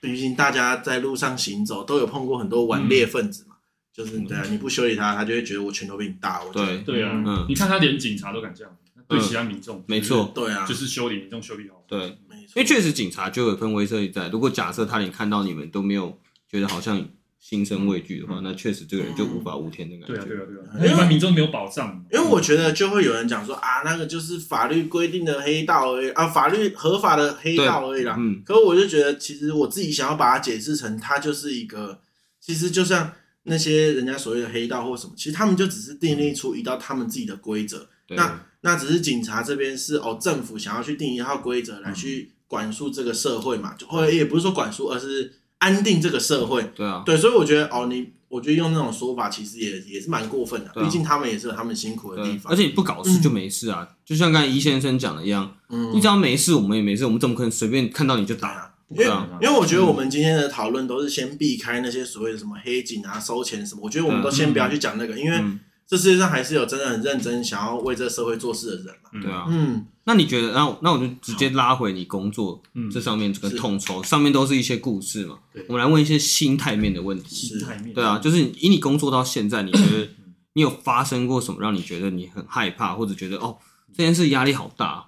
S2: 毕竟大家在路上行走都有碰过很多顽劣分子嘛，就是
S1: 嗯
S2: 对啊，你不修理他，他就会觉得我拳头比你大，我觉得
S1: 对
S3: 对啊
S1: 嗯，
S3: 你看他连警察都敢这样，对其他民众，
S1: 没错，
S2: 对啊，
S3: 就是修理民众修理好。
S1: 对，
S2: 没错
S1: 因为确实警察就有分威慑力在，如果假设他连看到你们都没有觉得好像心生畏惧的话，那确实这个人就无法无天的感
S3: 嗯对啊，
S1: 觉，
S3: 对啊，对啊，
S2: 哎
S3: 那一般民众没有保障嘛，
S2: 因为我觉得就会有人讲说啊，那个就是法律规定的黑道而已啊，法律合法的黑道而已啦。
S1: 嗯，
S2: 可我就觉得，其实我自己想要把它解释成，它就是一个，其实就像那些人家所谓的黑道或什么，其实他们就只是订立出一道他们自己的规则。
S1: 对，
S2: 那那只是警察这边是哦，政府想要去定一套规则
S1: 嗯
S2: 来去管束这个社会嘛，就或者也不是说管束，而是安定这个社会。
S1: 对啊，
S2: 对，所以我觉得哦，你我觉得用那种说法其实也也是蛮过分的，
S1: 对啊
S2: 毕竟他们也是有他们辛苦的地
S1: 对，啊
S2: 方
S1: 而。且你不搞事
S3: 嗯
S1: 就没事啊，就像刚才一先生讲的一样，
S2: 嗯
S1: 你只要没事，我们也没事，我们怎么可能随便看到你就
S2: 对
S1: 打？
S2: 啊，
S3: 不
S2: 因
S3: 可
S2: 为
S3: 能啊
S2: 因为我觉
S1: 嗯
S2: 得我们今天的讨论都是先避开那些所谓的什么黑警啊、收钱什么，我觉得我们都先不要去讲那个，因为
S1: 嗯，
S2: 这世界上还是有真的很认真想要为这社会做事的人嘛。
S3: 嗯
S1: 对啊，
S2: 嗯，
S1: 那你觉得，那我那我就直接拉回你工作
S3: 嗯，
S1: 这上面这个
S2: 是
S1: 统筹，上面都是一些故事嘛
S3: 对。
S1: 我们来问一些心态面的问题。
S3: 心态面
S1: 对啊，，就是以你工作到现在，你觉
S3: [coughs]
S1: 得你有发生过什么让你觉得你很害怕，或者觉得哦这件事压力好大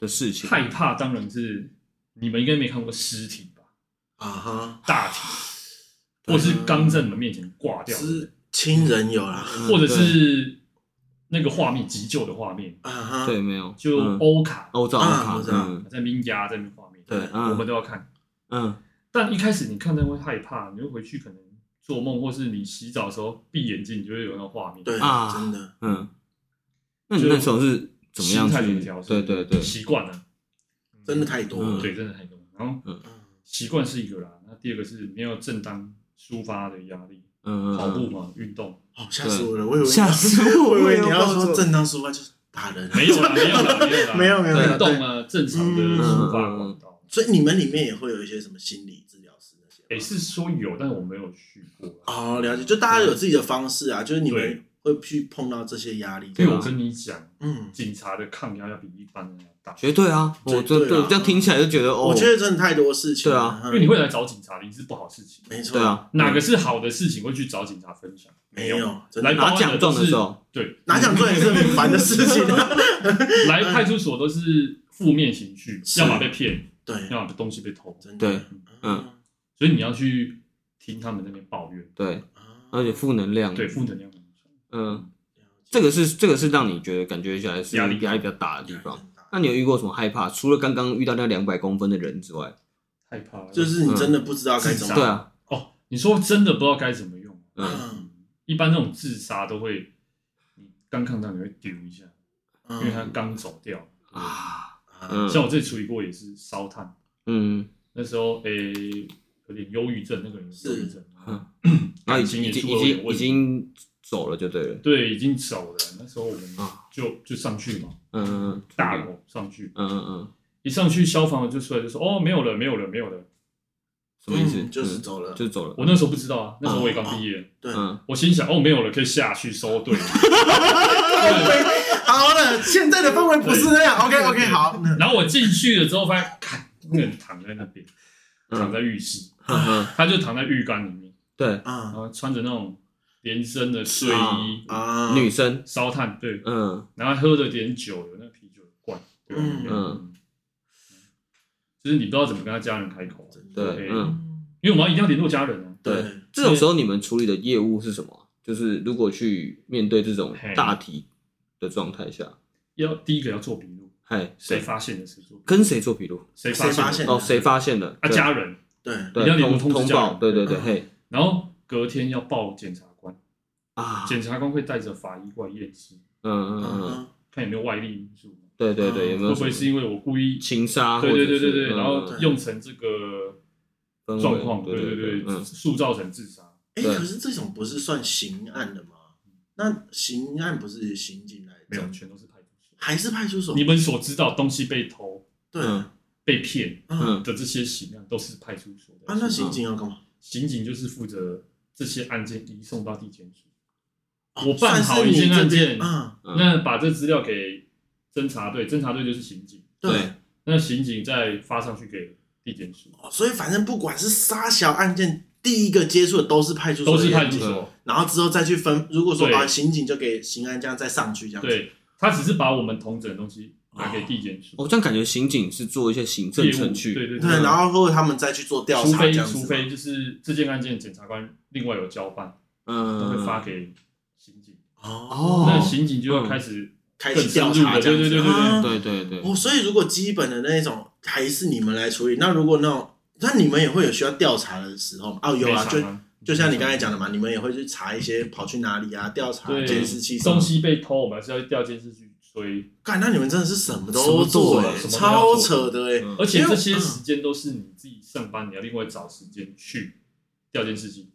S1: 的事情？
S3: 害怕当然是你们应该没看过尸体吧？
S2: 啊哈，
S3: 大体或是刚在你们面前挂
S1: 啊
S3: 掉，
S2: 是亲人有啦，
S1: 嗯
S3: 或者是那个画面急救的画面，
S2: 啊哈，
S1: 对没有
S3: 就哦
S1: 嗯
S3: 欧卡
S1: 欧照
S2: 啊
S1: 卡
S2: 我，知道
S1: 嗯
S3: 在民家在那边画面，
S1: 对，
S3: 我们
S1: 嗯
S3: 都要看。
S1: 嗯
S3: 但一开始你看到会害怕，你会回去可能做梦，或是你洗澡的时候闭眼睛，你就会有那个画面，
S2: 对，
S1: 啊
S2: 真的，
S1: 嗯，那你
S3: 就
S1: 那时候是怎么样
S3: 心态怎么
S1: 去
S3: 调？整？
S1: 对对对，
S3: 习惯了，
S2: 真的太多
S1: 嗯
S2: 了，
S3: 对，真的太多了。然后
S2: 嗯
S3: 习惯是一个啦，那第二个是没有正当抒发的压力，
S1: 嗯，嗯
S3: 跑步嘛，运动
S2: 哦，吓死我了，我以为
S1: 吓死我
S2: [laughs] 我以为
S1: 我以为
S2: 你要
S1: 要
S2: 说
S1: 做
S2: 正当抒发就是打人，[laughs]
S3: 没有啦，没有啦，没有啦，
S2: 没有没
S1: 对
S2: 有没有
S3: 运动
S2: 对，嗯
S3: 啊，正常的抒发管道。
S2: 所以你们里面也会有一些什么心理治疗师那些吗
S3: 也是说有，但是我没有去过啊啦。
S2: 哦，了解，就大家有自己的方式啊，就是你
S3: 对
S2: 们会去碰到这些压力，
S1: 对
S3: 因为
S1: 啊
S3: 我跟你讲，
S2: 嗯，
S3: 警察的抗压要比一般人要大，
S1: 绝对啊，
S2: 绝
S1: 我这
S2: 对
S1: 对
S2: 啊
S1: 这样听起来就觉得哦，
S2: 我觉得真的太多事情了，
S3: 因
S2: 嗯
S3: 为你会来找警察，你是不好事情。
S2: 没错，
S1: 对，啊，
S3: 哪个是好的事情会去找警察分享？
S2: 没有，真
S3: 来
S2: 的
S1: 拿奖状的时候，
S3: 对，
S2: 拿奖状也是很烦的事情啊，
S3: [laughs] 来派出所都是负面情绪，
S2: 是
S3: 要么被骗，
S2: 对，
S3: 要么东西被偷，
S2: 真的，
S1: 对，
S2: 嗯，
S3: 所以你要去听他们那边抱怨，
S1: 对，
S2: 啊
S1: 而且负能量，
S3: 对，负能量很重
S1: 嗯，这个是这个是让你觉得感觉起来是
S3: 压力
S1: 压力比较大的地
S2: 了
S1: 方
S2: 解。
S1: 那你有遇过什么害怕？除了刚刚遇到那两百公分的人之外，
S3: 害怕了
S2: 就是你真的不知道该怎么
S3: 嗯
S1: 对啊，
S3: 哦，你说真的不知道该怎么用，
S1: 嗯，
S2: 嗯
S3: [coughs] 一般这种自杀都会，你刚看到你会丢一下，因为他
S2: 嗯
S3: 刚走掉。
S1: 啊，
S2: 啊
S1: 嗯
S3: 像我这里处理过也是烧炭，
S1: 嗯，
S3: 那时候诶、有点忧郁症，那个人有忧郁症，
S1: 嗯然后
S3: [coughs] 感
S1: 已
S3: 情
S1: 经已
S3: 也
S1: 经
S3: 出了
S1: 已
S3: 点
S1: 经
S3: 问
S1: 已
S3: 题，
S1: 经走了就对了，
S3: 对，已经走了。那时候我们
S1: 啊
S3: 就就上去嘛，
S1: 嗯嗯
S3: 大
S1: 嗯
S3: 楼上去，
S1: 嗯嗯嗯，
S3: 一上去消防就出来就说哦没有了没有了没有了，
S1: 什么意思？
S2: 嗯就是
S1: 嗯
S2: 走了，
S1: 就是走了，
S3: 我那时候不知道啊，那时候我也刚毕业，
S2: 对，
S1: 嗯，
S3: 我心想哦没有了可以下去收队，
S2: 好了，现在的氛围不是那样，OK OK，好，那
S3: 然后我进去了之后发现，看那个人躺在那边，
S1: 嗯
S3: 躺在浴室，
S1: 呵
S2: 嗯
S1: 呵
S3: 他就躺在浴缸里面，
S1: 嗯对，
S3: 然
S2: 啊
S3: 后穿着那种连身的睡衣，
S2: 啊，
S1: 女生，
S3: 烧炭对，
S1: 嗯
S3: 然后喝着点酒，有那啤酒罐，对吧
S2: 嗯
S1: 嗯，
S3: 就是你不知道怎么跟他家人开口啊，
S2: 真的
S1: 对，嗯，
S3: 因为我们要一定要联络家人啊，
S1: 对
S2: 对。
S1: 这种时候你们处理的业务是什么？就是如果去面对这种
S3: 嘿
S1: 大题的状态下，
S3: 要第一个要做笔录，
S1: 嗨，
S3: 谁
S1: 谁
S3: 发现的谁做笔录，
S1: 跟谁做笔录？
S3: 谁
S2: 谁发
S3: 发
S2: 现的
S3: 现的
S1: 哦，谁发现的？
S3: 啊
S1: 对
S3: 家人，
S2: 对，
S3: 你
S1: 对
S3: 要
S1: 通
S3: 联络通
S1: 通
S3: 知家人
S1: 报，对对对，
S2: 嗯
S1: 嘿
S3: 然后隔天要报检察官，
S1: 啊，
S3: 检察官会带着法医过来验尸，
S1: 嗯嗯嗯，
S2: 嗯，
S3: 看有没有外力因素，
S1: 对对对，有没有
S3: 嗯会
S1: 什
S3: 不
S1: 么
S3: 会是因为我故意
S1: 情杀或
S3: 对
S1: 者
S3: 对
S1: 是？
S3: 对对对，
S1: 嗯
S3: 然后
S1: 嗯
S3: 用成这个
S1: 氛围
S3: 状况，
S1: 对
S3: 对
S1: 对，
S3: 对，
S1: 嗯，
S3: 塑造成自杀。
S2: 哎，
S1: 对
S2: 可是这种不是算刑案的吗？那刑案不是刑警来
S3: 没有，
S2: 找
S3: 全都是派出所。
S2: 还是派出所？
S3: 你们所知道东西被偷、
S2: 对，啊
S1: 嗯
S3: 被骗
S1: 嗯
S3: 的这些刑案，都是派出所的。
S2: 啊，那刑警要干嘛？
S3: 刑警就是负责这些案件移送到地检署，
S2: 哦
S3: 我办好一件案件
S2: 算
S1: 嗯
S3: 那把这资料给侦查队，侦查队就是刑
S2: 是
S3: 警，
S2: 你这边嗯，对
S1: 对，
S3: 那刑警再发上去给地检署，
S2: 哦所以反正不管是杀小案件，第一个接触的都是派出所，
S3: 都是派
S1: 对
S3: 出所。
S2: 然后之后再去分。如果说
S3: 对
S2: 把刑警就给刑案，这样再上去这样子。
S3: 对他只是把我们同整的东西拿给地检署
S1: 我哦这样感觉刑警是做一些行政
S3: 业务，
S1: 程
S3: 对
S1: 序，
S3: 对
S2: 对，然后或者他们再去做调
S3: 除
S2: 查这
S3: 非
S2: 样子。
S3: 除非就是这件案件检察官另外有交办，都会
S1: 嗯，
S3: 发给刑警，
S2: 哦，嗯
S3: 那刑警就要开始
S2: 开始调查
S3: 更
S2: 这
S3: 深
S2: 样子。啊
S3: 入的对对对对
S1: 对对对，
S2: 哦，所以如果基本的那种还是你们来处理，那如果那种，那你们也会有需要调查的时候吗哦，有啊，
S3: 非
S2: 就
S3: 常
S2: 就像你刚才讲的嘛，你们也会去查一些跑去哪里啊，调查
S3: 对
S2: 监视器什
S3: 东
S2: 么。
S3: 西被偷，我们还是要调监视去追，
S2: 干，那你们真的是什么
S1: 什
S2: 都
S1: 么都
S2: 做
S1: 做
S2: 哎，
S1: 了
S3: 什么都要
S2: 超
S3: 做
S2: 扯的哎。
S1: 嗯
S3: 而且这些时间都是你自己上班，你要另外找时间去调监视器，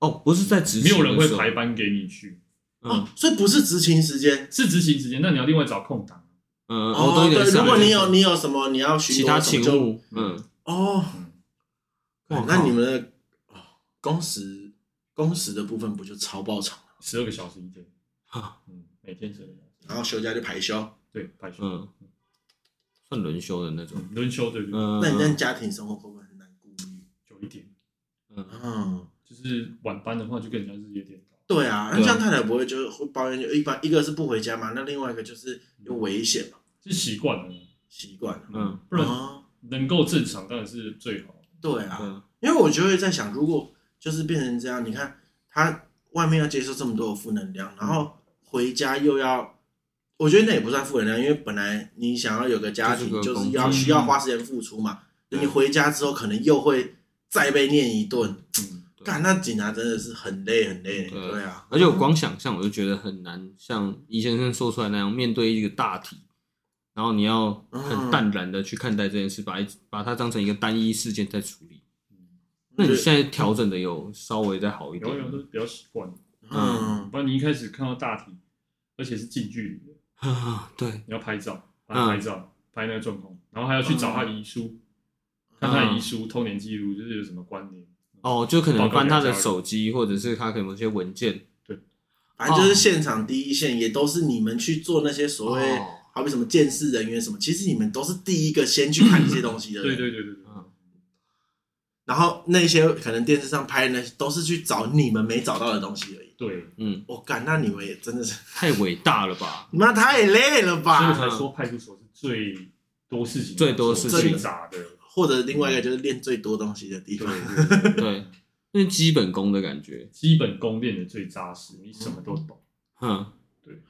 S1: 哦，不是在执
S3: 没
S1: 行
S3: 有
S1: 的时
S3: 人
S1: 候，
S3: 会排班给你去，
S1: 嗯
S2: 哦，所以不是执勤时间
S3: 是执行时间，那你要另外找空档。
S1: 嗯，我
S2: 哦
S1: 懂。点
S2: 对，
S1: 事啊
S2: 如果你有你有什么你要巡
S1: 其
S2: 逻
S1: 他
S2: 什
S1: 勤
S2: 么就
S1: 务，嗯， [laughs]
S2: 哦，
S3: 嗯
S1: 哇
S2: 那
S1: 靠
S2: 你们的哦工时工时的部分不就超爆长，
S3: 十二个小时一天
S1: 啊，
S3: 嗯，每天十二个小时，
S2: 然后休假就排休。
S3: 对，排休，
S1: 嗯，算轮休的那种，
S3: 嗯轮休对不对？
S1: 嗯，
S2: 那你那家庭生活会不会很难顾虑？
S3: 久一点，
S1: 嗯
S2: 嗯，
S3: 就是晚班的话就跟人家日夜颠倒。
S2: 对啊，那
S1: 对啊
S2: 这样太太不会就会抱怨，就一般一个是不回家嘛，那另外一个就是有危险嘛，
S3: 是习惯了，
S2: 习惯了。
S1: 嗯，
S3: 不然
S2: 啊，
S3: 能够正常当然是最好。
S2: 对啊，
S1: 嗯
S2: 因为我就会在想，如果就是变成这样。你看他外面要接受这么多的负能量，然后回家又要，我觉得那也不算负能量，因为本来你想要有个家庭，
S1: 就是个
S2: 就
S1: 工
S2: 是
S1: 作嗯
S2: 要需要花时间付出嘛。你回家之后，可能又会再被念一顿。
S3: 嗯，
S1: 对
S2: 干，那警察真的是很累很累。
S1: 对
S2: 对啊，
S1: 而且我光想象我就觉得很难，像易先生说出来那样，面对一个大体，然后你要很淡然的去看待这件事，把一把它当成一个单一事件在处理。那你现在调整的有稍微再好一点
S3: 嗯有啊
S1: 吗，
S3: 有都比较习惯，
S2: 嗯，
S3: 不然你一开始看到大体，而且是近距离的，
S1: 啊，对，
S3: 你要拍照，
S1: 嗯
S3: 帮他拍照，拍那个状况，然后还要去找他遗书，
S1: 嗯
S3: 看他遗书、偷年记录，就是有什么关联。
S1: 哦，就可
S3: 报
S1: 能
S3: 告
S1: 翻他
S3: 给
S1: 的
S3: 家人
S1: 手机，或者是他可能有些文件，
S2: 反正就是现场第一线，也都是你们去做那些所谓
S1: 哦，
S2: 好比什么监视人员什么，其实你们都是第一个先去看这些东西的人。
S3: 对对对对对，
S1: 嗯
S2: 然后那些可能电视上拍的那些，都是去找你们没找到的东西而已。
S3: 对，
S1: 嗯，
S2: 我、干，那你们也真的是，
S1: 太伟大了吧？
S2: 你们太累了
S3: 所以我
S2: 吧？
S3: 才说派出所是最多事情、
S1: 啊嗯最多事情
S3: 最杂的。
S2: 或者另外一个就是练最多东西的地
S3: 对
S2: 方。
S3: 对
S1: [laughs]
S3: 对对，
S1: 对，那是基本功的感觉，
S3: 基本功练的最扎实，你什么都懂。
S1: 嗯，
S3: 对。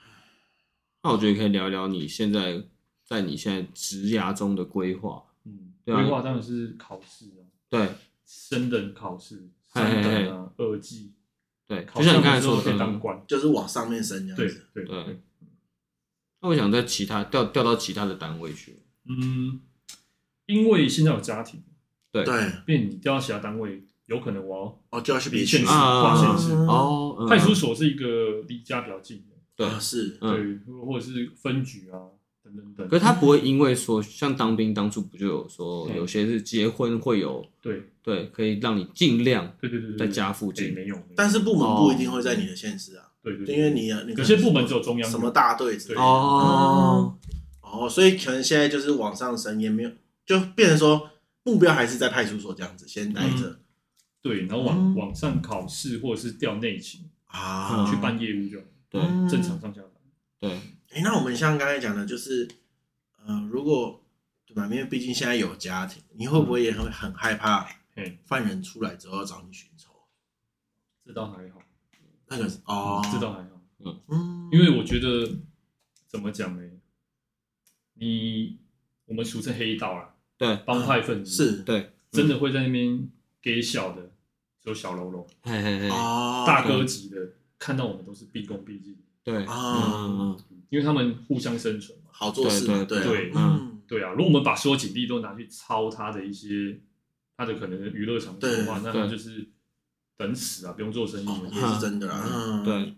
S1: 那我觉得可以聊聊你现在在你现在职涯中的规划，
S3: 嗯，
S1: 对啊
S3: 规划当然是考试啊，
S1: 对
S3: 升等考试、
S1: 嘿嘿
S3: 三
S1: 嘿
S3: 等啊、二技，
S1: 对，
S3: 考
S1: 就像你
S3: 上
S1: 刚才
S3: 了之
S1: 说
S3: 后
S1: 的，
S3: 可
S1: 可
S3: 以当
S1: 能
S3: 官。
S2: 就是往上面升这
S3: 对
S2: 样子。
S3: 对
S1: 对，那我想在其他调调到其他的单位去，
S3: 嗯，因为现在有家庭，
S1: 对
S2: 对，
S3: 变你调到其他单位，有可能我要
S2: 哦，就要去
S3: 离
S2: 比
S3: 现实、
S1: 啊
S3: 跨现实。
S2: 嗯
S1: 哦，嗯
S3: 派出所是一个离家比较近的，
S1: 对，
S2: 啊是，
S1: 嗯，
S3: 对，或者是分局啊等等等。
S1: 可是他不会因为说像当兵当初不就有说
S3: 嗯
S1: 有些是结婚会有
S3: 对
S1: 对，可以让你尽量
S3: 对对对对，
S1: 在家附
S3: 对
S1: 近
S3: 没有，没有
S2: 但是部门不一定会在你的县市啊，
S3: 对对，对
S2: 因为你你
S3: 有些部门只有中央有
S2: 什么大队之类的
S3: 对
S1: 哦，
S2: 哦，所以可能现在就是往上升，也没有就变成说目标还是在派出所这样子先待
S3: 嗯
S2: 着
S3: 对，然后
S2: 嗯
S3: 往往上考试或者是调内勤
S2: 啊，
S1: 嗯
S3: 嗯去办业务就好，
S1: 对
S2: 嗯
S3: 正常上下班。
S1: 对，
S2: 哎、那我们像刚才讲的，就是，呃，如果对吧？因为毕竟现在有家庭，你会不会也很很害怕
S3: 嗯嘿，
S2: 犯人出来之后要找你寻仇？
S3: 这倒还好，
S2: 那个是哦，
S3: 这，倒还好，
S2: 嗯，
S3: 嗯因为我觉得怎么讲呢？你我们俗称黑道啦，
S1: 对
S3: 帮派分子
S2: 啊是
S1: 对，
S3: 真的会在那边给小的，只有小喽啰，
S1: 嘿嘿嘿，
S2: 哦，
S3: 大哥级的看到我们都是毕恭毕敬，
S1: 对，
S2: 啊
S1: 嗯嗯
S3: 因为他们互相生存嘛。
S2: 好做事嘛，
S1: 对
S2: 对
S1: 对
S3: 对
S2: 啊嗯，
S3: 对啊，如果我们把所有警力都拿去抄他的一些他的可能娱乐场所的话，那
S1: 对
S3: 他就是等死啊，不用做生意
S2: 哦，
S3: 了。
S2: 也是真的啦，嗯，
S1: 嗯，对，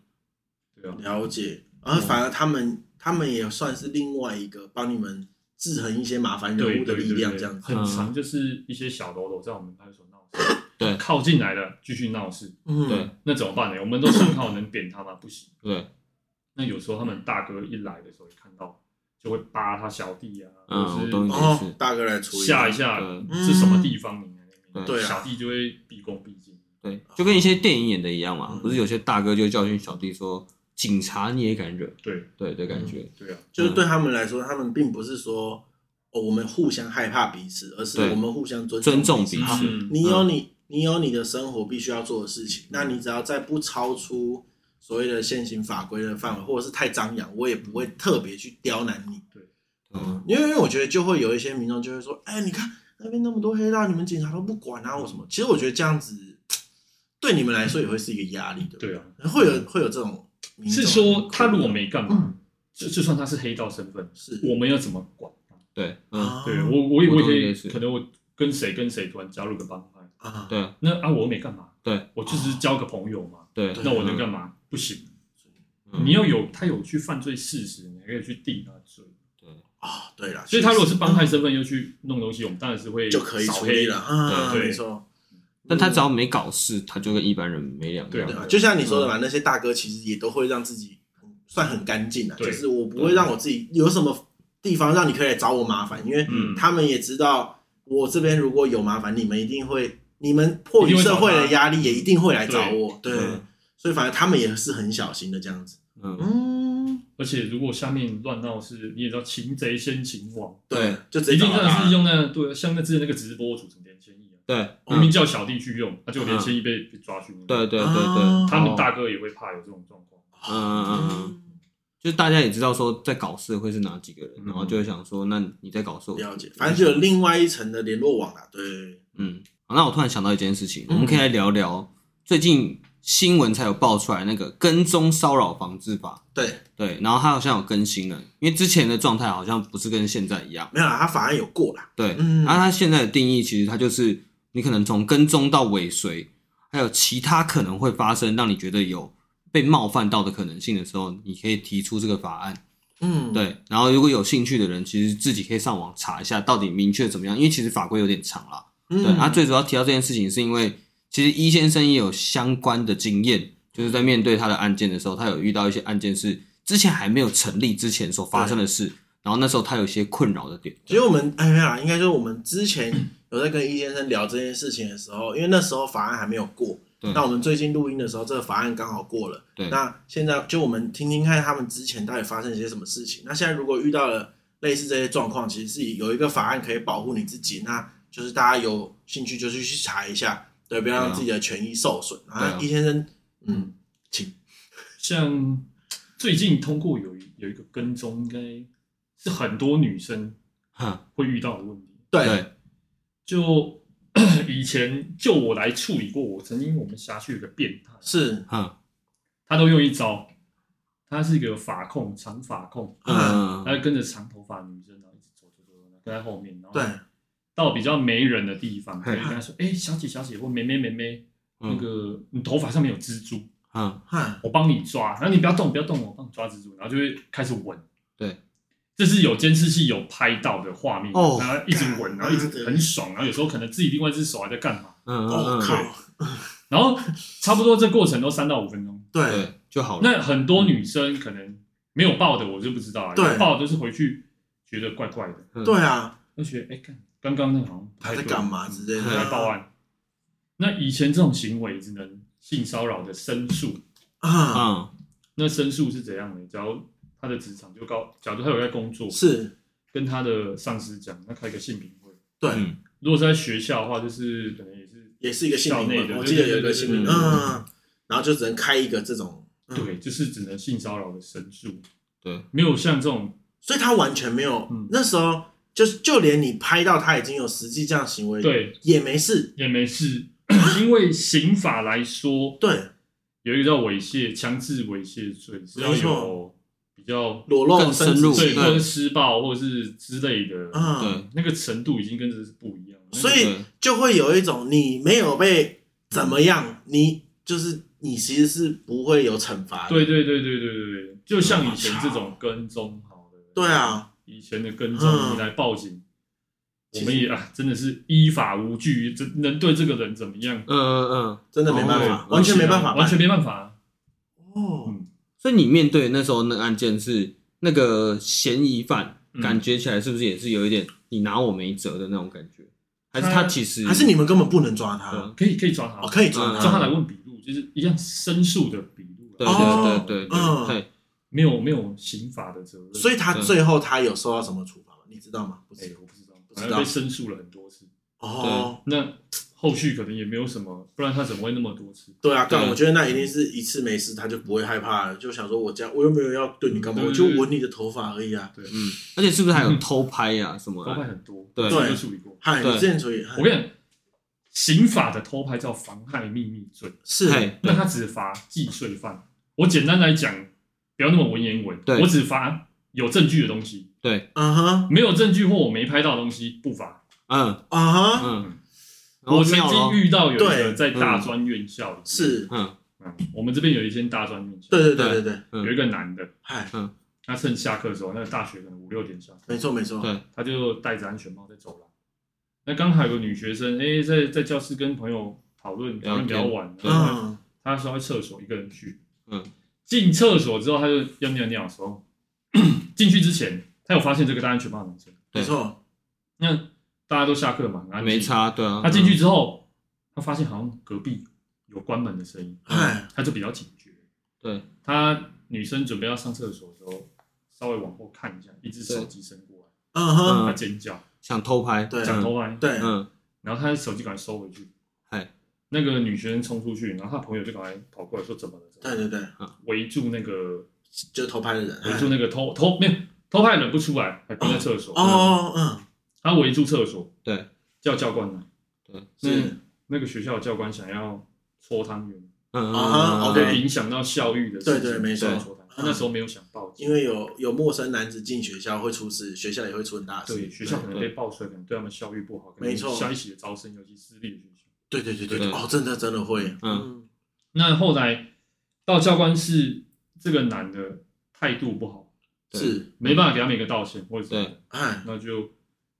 S3: 对啊，
S2: 了解。然
S3: 嗯
S2: 后反而他们他们也算是另外一个帮你们制衡一些麻烦人
S3: 对
S2: 物的
S3: 对
S2: 力
S3: 对
S2: 量，
S3: 对，
S2: 这样子，
S3: 很
S1: 嗯
S3: 常就是一些小喽啰在我们派出所闹事，
S1: 对
S3: 靠近来了继续闹事，
S2: 嗯，
S1: 对
S3: 那怎么办呢？我们都想靠能扁他吗？不行。
S1: 对，
S3: 那有时候他们大哥一来的时候，看到就会扒他小弟啊，
S1: 嗯
S3: 或
S1: 我懂你
S3: 者
S1: 也
S2: 哦
S1: 是，
S2: 大哥来处
S3: 是
S2: 理
S3: 吓一下
S1: 对嗯
S3: 是什么地方你来那边，
S2: 对啊
S3: 小弟就会毕恭毕敬。
S1: 对，就跟一些电影演的一样嘛
S2: 嗯，
S1: 不是有些大哥就教训小弟说，警察你也敢惹，
S3: 对
S1: 对的感觉，
S3: 对啊，
S2: 就是对他们来说，他们并不是说哦我们互相害怕彼此，而是
S1: 对
S2: 我们互相尊
S1: 尊重
S2: 彼
S1: 彼此
S2: 啊
S3: 嗯
S2: 你有你，你有你的生活必须要做的事情，那你只要在不超出所谓的现行法规的范围，或者是太张扬，我也不会特别去刁难你。
S1: 嗯，
S2: 因为因为我觉得就会有一些民众就会说，哎，你看那边那么多黑道，你们警察都不管啊，我什么？其实我觉得这样子对你们来说也会是一个压力，对不
S3: 对啊，
S2: 会有会有这种民众嗯
S3: 是说他如果没干嘛，就就算他是黑道身份，
S2: 是
S3: 我们要怎么管他？
S1: 对，嗯，
S2: 啊
S3: 对我，我也我也可
S1: 我懂你的意
S3: 以，
S1: 思
S3: 可能我跟谁跟谁突然加入个帮派，
S2: 啊
S1: 对
S3: 那啊我又没干嘛，
S1: 对
S3: 我就只是交个朋友嘛，
S1: 对，
S3: 那我
S1: 嗯
S3: 能干嘛？不行，
S1: 嗯
S3: 你要有他有去犯罪事实，你还可以去定他罪。
S2: 啊，对了，
S3: 所以他如果
S2: 确实
S3: 是帮派身份又去弄东西，我们当然是会
S2: 就可以
S3: 扫
S2: 处
S3: 黑
S2: 理了。啊，
S3: 对对
S2: 没错。
S1: 但他只要没搞事，他就跟一般人没两
S3: 对
S1: 样
S3: 啊
S2: 对。啊，就像你说的嘛，那些大哥其实也都会让自己算很干净啊，
S3: 对
S2: 就是我不会让我自己有什么地方让你可以来找我麻烦，因为
S3: 嗯
S2: 他们也知道我这边如果有麻烦，你们一定会，你们迫于社会的压力也一定会来找我，对，
S1: 嗯
S2: 所以反正他们也是很小心的这样子，
S1: 嗯，
S2: 嗯，
S3: 而且如果下面乱闹事，你也知道擒贼先擒王，
S2: 对，就直
S3: 一
S2: 接
S3: 定
S2: 找
S3: 真的是
S2: 他，
S3: 用那对，像那之前那个直播主什么连千亿啊，
S1: 对，
S2: 哦
S3: 明明
S1: 嗯
S3: 叫小弟去用，
S2: 嗯
S3: 他就连千一被被抓去。
S1: 对，对对
S2: 哦
S1: 对，
S3: 他们大哥也会怕有这种状况。
S1: 嗯嗯嗯嗯，就是大家也知道说在搞事会是哪几个人，
S3: 嗯
S1: 然后就会想说，那你在搞事，我
S2: 了解，反正就有另外一层的联络网啦。对，
S1: 嗯，好，那我突然想到一件事情，
S2: 嗯
S1: 我们可以来聊聊最近新闻才有爆出来那个跟踪骚扰防治法。
S2: 对，
S1: 对，然后它好像有更新了，因为之前的状态好像不是跟现在一样。
S2: 没有啦，他法案有过啦。
S1: 对，
S2: 嗯
S1: 然后它现在的定义其实它就是你可能从跟踪到尾随，还有其他可能会发生让你觉得有被冒犯到的可能性的时候，你可以提出这个法案。
S2: 嗯，
S1: 对，然后如果有兴趣的人，其实自己可以上网查一下到底明确怎么样，因为其实法规有点长啦。
S2: 嗯，
S1: 对，他、啊最主要提到这件事情，是因为其实一先生也有相关的经验，就是在面对他的案件的时候，他有遇到一些案件是之前还没有成立之前所发生的事，然后那时候他有一些困扰的点。
S2: 其实我们哎没有啦，应该就是我们之前有在跟易先生聊这件事情的时候，因为那时候法案还没有过。
S1: 对
S2: 那我们最近录音的时候，这个法案刚好过了。
S1: 对
S2: 那现在就我们听听看他们之前到底发生一些什么事情。那现在如果遇到了类似这些状况，其实是有一个法案可以保护你自己，那就是大家有兴趣就去去查一下，对，不要让自己的权益受损。
S1: 啊
S2: 易先生，嗯，
S3: 像最近通过有一有一个跟踪，应该是很多女生
S1: 哈，
S3: 会遇到的问题。
S2: 对，
S1: 嗯对，
S3: 就 [coughs] 以前就我来处理过，我曾经我们辖区有个变态，
S2: 是，
S1: 哈，
S3: 他都用一招，他是一个发控长发控，
S1: 嗯，
S3: 他就跟着长头发女生，然后一直走走走，走跟在后面，然后
S2: 对，
S3: 到比较没人的地方，可
S1: 嘿
S3: 以跟他说：“哎、小姐小姐或妹妹妹妹，
S2: 嗯
S3: 那个你头发上面有蜘蛛，
S1: 嗯，
S2: 哼，
S3: 我帮你抓，然后你不要动不要动，我帮你抓蜘蛛。”然后就会开始闻。
S1: 对，
S3: 这是有监视器有拍到的画面，
S1: 哦
S3: 然后一直闻，然后一
S2: 对
S3: 直很爽，然后有时候可能自己另外一只手还在干嘛，
S1: 嗯嗯
S2: 我
S1: 嗯，
S2: 哦靠，
S3: 然后差不多这过程都三到五分钟。
S2: 对，
S1: 对，就好了。
S3: 那很多女生可能没有报的，我就不知道啊。
S2: 对
S3: 有报的就是回去觉得怪怪的，
S2: 对啊，
S3: 就觉得哎，干刚刚那好像不
S2: 他
S3: 太
S2: 在
S3: 对
S2: 干嘛之类的
S3: 嗯来报案。那以前这种行为只能性骚扰的申诉，
S2: 啊，
S1: 嗯，
S3: 那申诉是怎样的？假如他的职场就告，假如他有在工作，
S2: 是，
S3: 跟他的上司讲，那开一个性平会。
S2: 对。
S1: 嗯
S3: 如果是在学校的话，就是可能也是
S2: 也是一个姓
S3: 校内
S2: 名
S3: 的
S2: 嘛，我
S3: 对
S2: 记得
S3: 对
S2: 有一个
S3: 对
S2: 姓
S3: 对
S2: 名，
S3: 对对
S2: 嗯，然后就只能开一个这种，嗯，
S3: 对，就是只能性骚扰的申诉，
S1: 对，
S3: 没有像这种
S2: 所以他完全没有
S3: 嗯，
S2: 那时候就是就连你拍到他已经有实际这样行为，，
S3: 对
S2: 也没事，
S3: 也没事， [clears throat] 因为刑法来说，
S2: 对，
S3: 有一个叫猥亵、强制猥亵罪，只要
S2: 没错
S3: 有比较
S2: 裸露
S1: 更
S2: 身
S1: 深入
S2: 体
S3: 对，或者
S1: 对
S3: 是施暴，或者是之类的，
S2: 嗯，
S1: 对
S3: 那个程度已经跟这是不一样了。那个
S2: 所以
S1: 对
S2: 就会有一种你没有被怎么样，你就是你其实是不会有惩罚的，
S3: 对对对对对对对，就像以前这种跟踪，好的，
S2: 对，啊，
S3: 以前的跟踪
S2: 嗯
S3: 你来报警，
S2: 其
S3: 我
S2: 实
S3: 们也啊真的是依法无据，这能对这个人怎么样？
S1: 嗯嗯嗯。
S2: 真的没办
S3: 哦对
S2: 法，完全没办法办，
S3: 完全没办法。
S2: 哦，
S1: 所以你面对那时候那个案件是那个嫌疑犯，
S3: 嗯
S1: 感觉起来是不是也是有一点你拿我没辙的那种感觉？还是他
S3: 他
S1: 其实
S2: 还是你们根本不能抓他，
S1: 对
S2: 哦，
S3: 可以可以抓他，
S2: 可以抓
S3: 抓
S2: 他，
S3: 他来问笔录，就是一样申诉的笔录
S1: 对
S3: 啦，
S2: 哦
S1: 对对对
S2: 嗯
S1: 对对。
S3: 没有没有刑法的责任，
S2: 所以他最后他有受到什么处罚吗？你知道吗？不
S3: 哎
S2: 知道，
S3: 我不知道，
S2: 不知道
S3: 反正被申诉了很多次。
S2: 哦。
S3: 那后续可能也没有什么，不然他怎么会那么多次？
S2: 对啊，干，
S1: 对
S2: 我觉得那一定是一次没事，他就不会害怕了，就想说我这样，我又没有要对你干嘛，
S3: 对
S2: 我就闻你的头发而已啊。
S1: 嗯，而且是不是还有偷拍呀、什么
S3: 偷拍
S1: 的？
S3: 很多，
S1: 对
S3: 这个处理过。
S2: 嗨，
S1: 对
S2: 你之前所以嗨
S3: 我跟你讲，刑法的偷拍叫妨害秘密罪，
S2: 是
S1: 嘿
S3: 那他只罚既遂犯。我简单来讲，不要那么文言文，
S1: 对
S3: 我只罚有证据的东西，
S2: 啊哈
S3: 没有证据或我没拍到的东西不罚。
S1: 嗯
S2: 啊哈，
S1: 嗯，然
S2: 哦
S1: 后
S3: 我曾
S1: 妙
S3: 经
S1: 咯
S3: 遇到有一
S2: 对嗯
S3: 个在大专院校里面，
S2: 是，
S1: 嗯
S3: 嗯，我们这边有一间大专院校，
S2: 对对对对对，
S3: 有一个男的，
S2: 嗨，
S3: 他趁下课的时候，那个大学可能五六点下课，
S2: 没错没错，
S1: 对
S3: 他就戴着安全帽在走廊。那刚好有个女学生，哎、在在教室跟朋友讨论，讨
S1: 聊
S3: 论
S1: 天
S3: 比较晚，
S1: 对
S3: 然后
S2: 嗯，
S3: 她稍微厕所一个人去，
S1: 嗯，
S3: 进厕所之后，她就要尿尿的时候， [clears throat] 进去之前，她有发现这个戴安全帽的男生，
S2: 没错，
S3: 那大家都下课嘛，然后
S1: 没。差，对啊。
S3: 她进去之后，她发现好像隔壁有关门的声音，
S1: 嗯
S2: 嗨，
S3: 她就比较警觉。
S1: 对，
S3: 她女生准备要上厕所的时候，稍微往后看一下，一只手机伸过来，
S2: 嗯哼，
S1: 嗯
S3: 她尖叫。
S1: 想偷拍，
S2: 对
S3: 讲
S1: 嗯
S3: 头发，
S2: 对，
S1: 嗯
S3: 然后他手机赶快收回去
S1: 嗨。
S3: 那个女学生冲出去，然后她朋友就赶快跑过来说：“怎么了？”怎么
S2: 对
S3: 了
S2: 对对，
S3: 围住那个
S2: 就偷拍的人。
S3: 围住那个偷偷没有偷拍忍不出来，还关在厕所。
S2: 哦哦，哦
S3: 他围住厕所，
S1: 对，
S3: 叫教官来。
S2: 嗯，是
S3: 那个学校教官想要搓汤圆，
S1: 嗯
S2: 啊哈
S1: 嗯
S3: 就
S2: OK
S3: 影响到校誉的事情。
S2: 对对没错嗯
S3: 想搓汤圆他那时候没有想报警，
S2: 因为有有陌生男子进学校会出事，学校也会出很大的事。
S3: 对学校可能被爆出来，可能对他们校誉不好，可能
S2: 没错
S3: 下一期的招生，尤其私立的学校。
S2: 对对对对对，
S1: 对
S2: 哦，真的真的会。嗯，
S3: 那后来到教官室，这个男的态度不好，
S1: 对
S2: 是，
S3: 没办法给他们一个道歉或者什么
S1: 对
S3: 的，
S2: 哎，
S3: 那就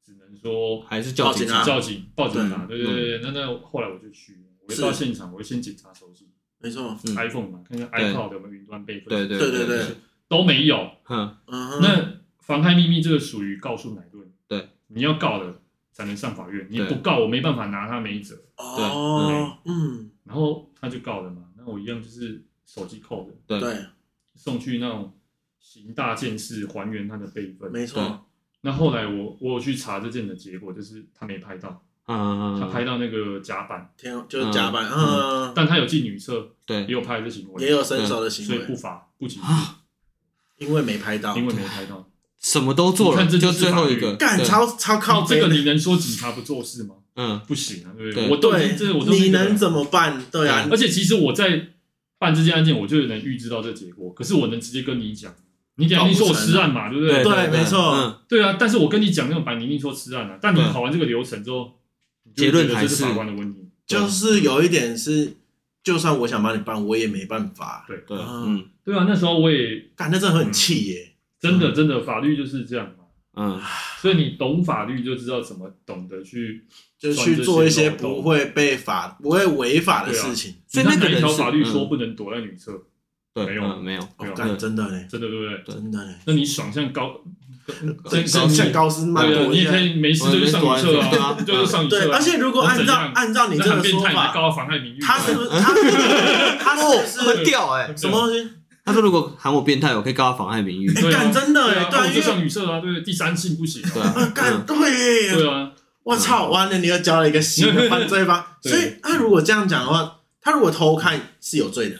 S3: 只能说
S1: 还是嗯叫警
S2: 报警啊
S1: 察，
S3: 报警报警啦。对对对，对那那后来我就去了，我
S2: 是
S3: 就到现场，我就先检查手机
S2: 没错。
S1: 嗯
S3: iPhone 嘛，看看
S1: 对
S3: iCloud 有没有云端备份，
S1: 对对
S2: 对
S1: 对
S2: 对对，
S3: 都没有。
S1: 嗯，
S2: 嗯哼，
S3: 那妨害秘密这个属于告诉乃论，
S1: 对，
S3: 你要告了才能上法院，你
S1: 对
S3: 不告我没办法拿他没辙。
S2: 哦，嗯，
S3: 然后他就告了嘛，那我一样就是手机扣的，
S1: 对
S2: 对，
S3: 送去那种刑大建室还原他的备份。
S2: 没错，
S3: 那后来我我有去查这件的结果，就是他没拍到，
S1: 嗯
S3: 他
S1: 嗯
S3: 拍到那个甲板，
S2: 天就是甲板，嗯，
S3: 但他有进女厕，也
S1: 对，
S3: 有拍这行为，
S2: 也有伸手的行
S3: 所以不
S2: 为，啊
S3: 罚不起诉，
S2: 因为没拍到，
S3: 因为没拍到。
S1: 什么都做了，
S3: 你看这
S1: 就
S3: 就是
S1: 最后一个，
S2: 干
S1: 对
S2: 超超靠
S3: 靠这
S2: 背
S3: 个
S2: 的，
S3: 你能说警察不做事吗？
S1: 嗯
S3: 不行啊，对不
S1: 对
S3: 对？我都已经这我都
S2: 对，
S3: 是
S2: 你
S3: 一个人
S2: 能怎么办？对啊，
S3: 而且其实我在办这件案件，我就能预知到这结果，可是我能直接跟你讲，你讲
S2: 啊
S3: 你说我吃案嘛，对不对？
S2: 对没错
S1: 嗯
S3: 对啊，但是我跟你讲那种白，你一定说吃案啊，但你
S2: 嗯
S1: 对
S3: 跑完这个流程之后，你就
S1: 结论
S3: 觉得
S1: 还
S3: 这
S1: 是
S3: 是法官的问题。
S2: 就是有一点是，就算我想帮你办，我也没办法。
S1: 对，
S2: 嗯
S1: 嗯
S3: 对啊，那时候我也
S2: 干，那真的
S3: 嗯
S2: 很气耶。
S3: 真
S2: 嗯
S3: 的真的法律就是这样嘛，
S1: 嗯，
S3: 所以你懂法律就知道怎么懂得去
S2: 就
S3: 钻这
S2: 去做一些
S3: 漏洞啊
S2: 不。会被法、不会违法的事情。哦
S1: 所以那个
S3: 你
S1: 人
S3: 看哪一条
S1: 是
S3: 法律说
S1: 嗯
S3: 不能躲在女厕，
S1: 对，
S3: 没有
S1: 嗯没有，
S3: 对
S2: 哦，
S3: 啊
S2: 干，真的嘞，
S3: 真的对不对？
S1: 对
S2: 真的嘞，
S3: 那你爽像高，真
S2: 像像高斯曼
S3: 对啊，
S2: 多
S3: 你
S2: 一
S3: 也可
S2: 样。
S3: 以没事就去上女厕
S1: 我也没躲在
S3: 啊，
S1: 女厕
S3: 就是上女
S2: 对，
S3: 厕啊。
S2: 而且如果按照
S3: 我怎样
S2: 按照你这
S3: 那很
S2: 个
S3: 变
S2: 说
S3: 态，你
S2: 法，
S3: 告到妨害名誉。啊
S2: 他是
S3: [laughs]
S2: 不是他是他是不
S1: 很
S2: 是
S1: 屌哎。
S2: 什么
S3: 啊
S2: 东西？
S1: 他说如果喊我变态，我可以告他妨害名誉。
S3: 对啊
S2: 干真的
S3: 对
S2: 哎，
S3: 啊，
S2: 对啊，
S3: 或者就
S2: 因为
S3: 上女厕啊，对不对？第三性不行
S1: 对
S3: 啊，
S1: 啊，
S2: 呃 [laughs] 干
S1: 嗯
S2: 对耶，
S3: 对啊，
S2: 我操，完了，你又交了一个新的犯罪吧？
S3: [laughs] 对
S2: 所以他如果这样讲的话，他如果偷看是有罪的，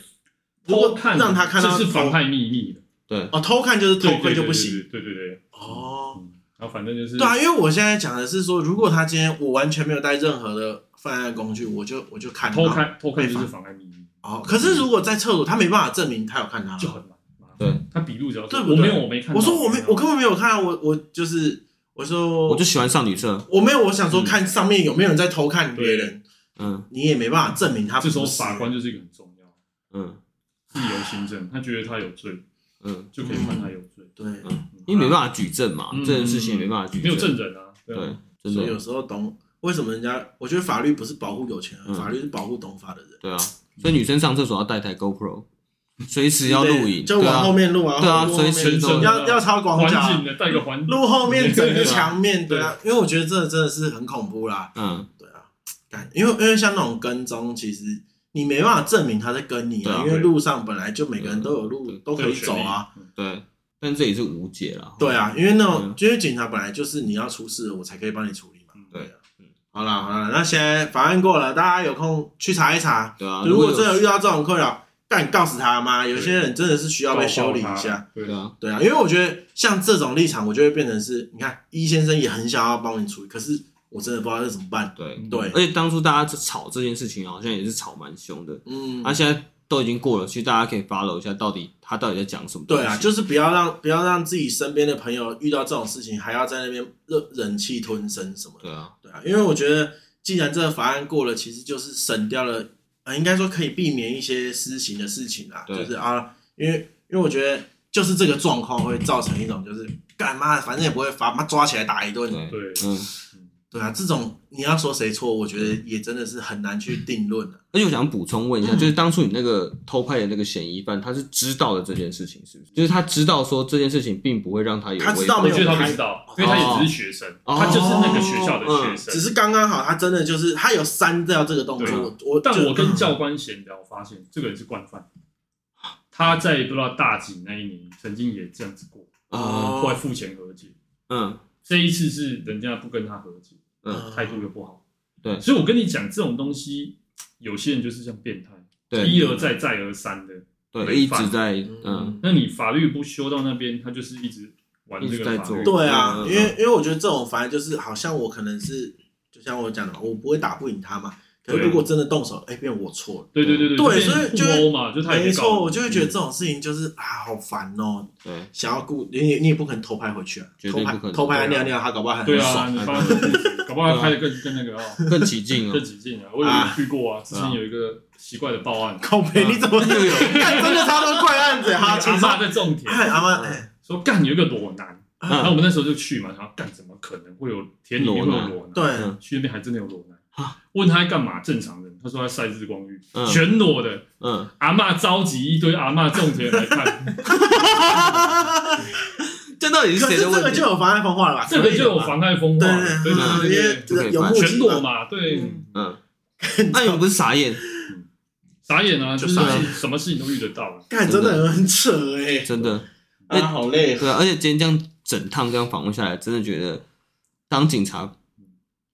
S2: 如果
S3: 偷看
S2: 让他看到
S3: 这是妨
S2: 偷
S3: 害秘密的，
S1: 对，
S2: 哦，偷看就是
S3: 对
S2: 偷窥就不行。。
S3: 对对对对对对，
S2: 哦，
S3: 嗯然后反正就是
S2: 对啊，因为我现在讲的是说，如果他今天我完全没有带任何的犯案工具，我就我就看到
S3: 偷。看偷看
S2: 被
S3: 就
S2: 罚
S3: 是妨害秘密，
S2: 哦，可是如果在厕所，他没办法证明他有看他。
S3: 就很麻烦。
S1: 对，
S3: 他笔录只要说
S2: 对不
S3: 我
S2: 对
S3: 没有我没看到，
S2: 我说我没
S3: 看，到
S2: 我根本没有看啊，我我就是我说
S1: 我就喜欢上女厕。
S2: 我没有，我想说
S3: 嗯
S2: 看上面有没有人在偷看别人，
S1: 嗯
S2: 你也没办法证明他不
S3: 这
S2: 是。
S3: 时候法官就是一个很重要，
S1: 嗯
S3: 自由行政，他觉得他有罪
S1: 嗯，
S3: 就可以判他有罪，
S2: 对，
S1: 因为没办法举证嘛，
S3: 嗯
S1: 这件事情也没办法举证。
S3: 没有证人啊，对啊
S1: 对，真
S2: 所以有
S1: 的
S2: 时候懂为什么人家，我觉得法律不是保护有钱
S1: 嗯
S2: 人，法律是保护懂法的人。
S1: 对啊。所以女生上厕所要带台 GoPro，随时要录影，
S2: 就
S1: 对
S2: 往
S1: 啊
S2: 后面录啊，
S1: 对啊
S2: 录后
S1: 随时
S2: 面
S3: 都
S2: 要要超广
S3: 环
S2: 角
S3: 境，的带个环，
S2: 录后面整个墙面，对啊，因为我觉得这真的是很恐怖啦，
S1: 嗯，
S2: 对啊，干，因为因为像那种跟踪，其实你没办法证明他在跟你
S1: 对啊
S2: 啊，因为路上本来就每个人
S1: 对
S2: 都有路
S1: 对
S2: 都可以走啊，
S3: 都有权利，嗯
S1: 对。但这也是无解啦。
S2: 对啊，因为
S1: 对
S2: 那种
S1: 啊
S2: 因为警察本来就是你要出事了我才可以帮你处理嘛
S3: 嗯，
S1: 对
S2: 啊，好啦好啦，那现在法案过了，大家有空去查一查，
S1: 对啊，
S2: 如果真
S1: 有
S2: 的遇到这种困扰，干告死他妈！有些人真的是需要被修理一
S3: 告爆
S2: 下。
S3: 他，对
S1: 对啊，
S2: 对啊，因为我觉得像这种立场，我就会变成是，你看，一先生也很想要帮你处理，可是我真的不知道这怎么办。
S3: 嗯
S1: 对。
S2: 对，
S1: 而且当初大家吵这件事情，好像也是吵蛮凶的。
S2: 嗯，
S1: 那现在都已经过了，其实大家可以 follow 一下，到底他到底在讲什么东
S2: 对
S1: 西。
S2: 啊，就是不要让不要让自己身边的朋友遇到这种事情，还要在那边忍忍气吞声什么的。
S1: 对啊，
S2: 对啊，因为我觉得既然这个法案过了，其实就是省掉了，啊、应该说可以避免一些私刑的事情啊，
S1: 对
S2: 就是啊，因为因为我觉得就是这个状况会造成一种就是干嘛，反正也不会罚，妈抓起来打一顿。
S1: 对，
S3: 对，
S1: 嗯。
S2: 对啊，这种你要说谁错，我觉得也真的是很难去定论的、啊
S3: 嗯
S1: 而且我想补充问一下，
S2: 嗯
S1: 就是当初你那个偷拍的那个嫌疑犯，他是知道的这件事情，是不是？就是他知道说这件事情并不会让他有
S2: 他知
S1: 违
S2: 道
S1: 法
S3: 我
S2: 没有
S3: 觉得他
S2: 拍哦
S3: 不知道，因为他也只是学生，
S1: 哦
S3: 他就是那个学校的学生。
S2: 只是刚刚好，他真的就是他有删掉这个动
S3: 对
S2: 作，
S3: 啊
S2: 我我
S3: 但
S2: 就
S3: 我跟
S1: 嗯
S3: 教官闲聊，发现这个人是惯犯。他在不知道大几那一年，曾经也这样子过，
S1: 啊，
S3: 后来付钱和解。
S1: 嗯
S3: 这一次是人家不跟他和解，
S1: 嗯
S3: 态度又不好，
S1: 对
S3: 所以我跟你讲，这种东西，有些人就是像变态，一
S1: 对
S3: 而再，再而三的。
S1: 对，
S3: 累
S1: 一
S3: 犯
S1: 直在嗯，
S2: 嗯，
S3: 那你法律不修到那边，他就是一直玩这
S1: 一直
S3: 个
S1: 在
S3: 法
S1: 做
S3: 律。
S2: 对啊
S1: 嗯，嗯
S2: 因为因为我觉得这种反正就是好像我可能是就像我讲的嘛，我不会打不赢他嘛。可是
S3: 对啊
S2: 如果真的动手，哎、变我错了。
S3: 对对对对，
S2: 对
S3: 就变
S2: 所以就会
S3: 互殴嘛，就他也
S2: 没
S3: 被告
S2: 错，我就会觉得这种事情就是、啊，好烦哦！
S1: 对，
S2: 想要顾你，你也不可能偷拍回去啊，
S1: 绝
S2: 偷
S1: 对
S2: 拍
S1: 不可能
S2: 偷拍他
S1: 对啊
S2: 尿尿，他搞不好很
S3: 对啊，
S2: 爽。
S3: 你
S1: [laughs]
S3: 发生搞不好他拍的更更那个哦，
S1: 更起劲
S3: [laughs] 更
S1: 哦，
S3: 激进啊！我有遇过啊，之前有一个奇怪的报案，
S2: 靠背，你怎么
S1: [laughs] 又
S2: [laughs]
S1: 有
S2: 看真的超多怪案子？
S3: 阿嗯
S2: 哈，请
S3: 妈
S2: 上。
S3: 在种田，
S2: 哎，阿妈，哎，
S3: 说干有一个裸男，然后我
S1: 嗯
S3: 们那时候就去嘛，然后干怎么可能会有田里面会有裸男？
S2: 对，
S1: 嗯
S3: 去那边还真的有裸男
S1: 啊。
S3: 问他在干嘛？正常人，他说他晒日光浴， [laughs]
S1: 嗯
S3: 全裸的。
S1: 嗯，
S3: 阿嬷召集一堆阿嬷种田来看，
S1: 这到底是
S2: 可
S1: 谁
S2: 是
S1: 的
S2: 这
S1: 问
S2: 个
S1: 题
S2: 就？有妨碍风化了吧？
S3: 这个就有妨碍风化
S2: 对
S3: 了，对
S1: 嗯
S3: 对
S2: 因
S3: 对
S2: 为
S3: 对
S2: 这个有目
S1: 不
S3: 对，
S2: 击
S3: 全裸嘛，对，
S2: 嗯
S1: 嗯， [laughs] 那有不是傻眼，
S3: 傻眼啊，
S2: 就
S3: 就是
S2: 傻眼
S3: 什么事情都遇得到了。啊
S2: 干真的很扯哎，
S1: 真的，
S2: 啊，好累
S1: 对啊，而且今天这样整趟这样访问下来，真的觉得当警察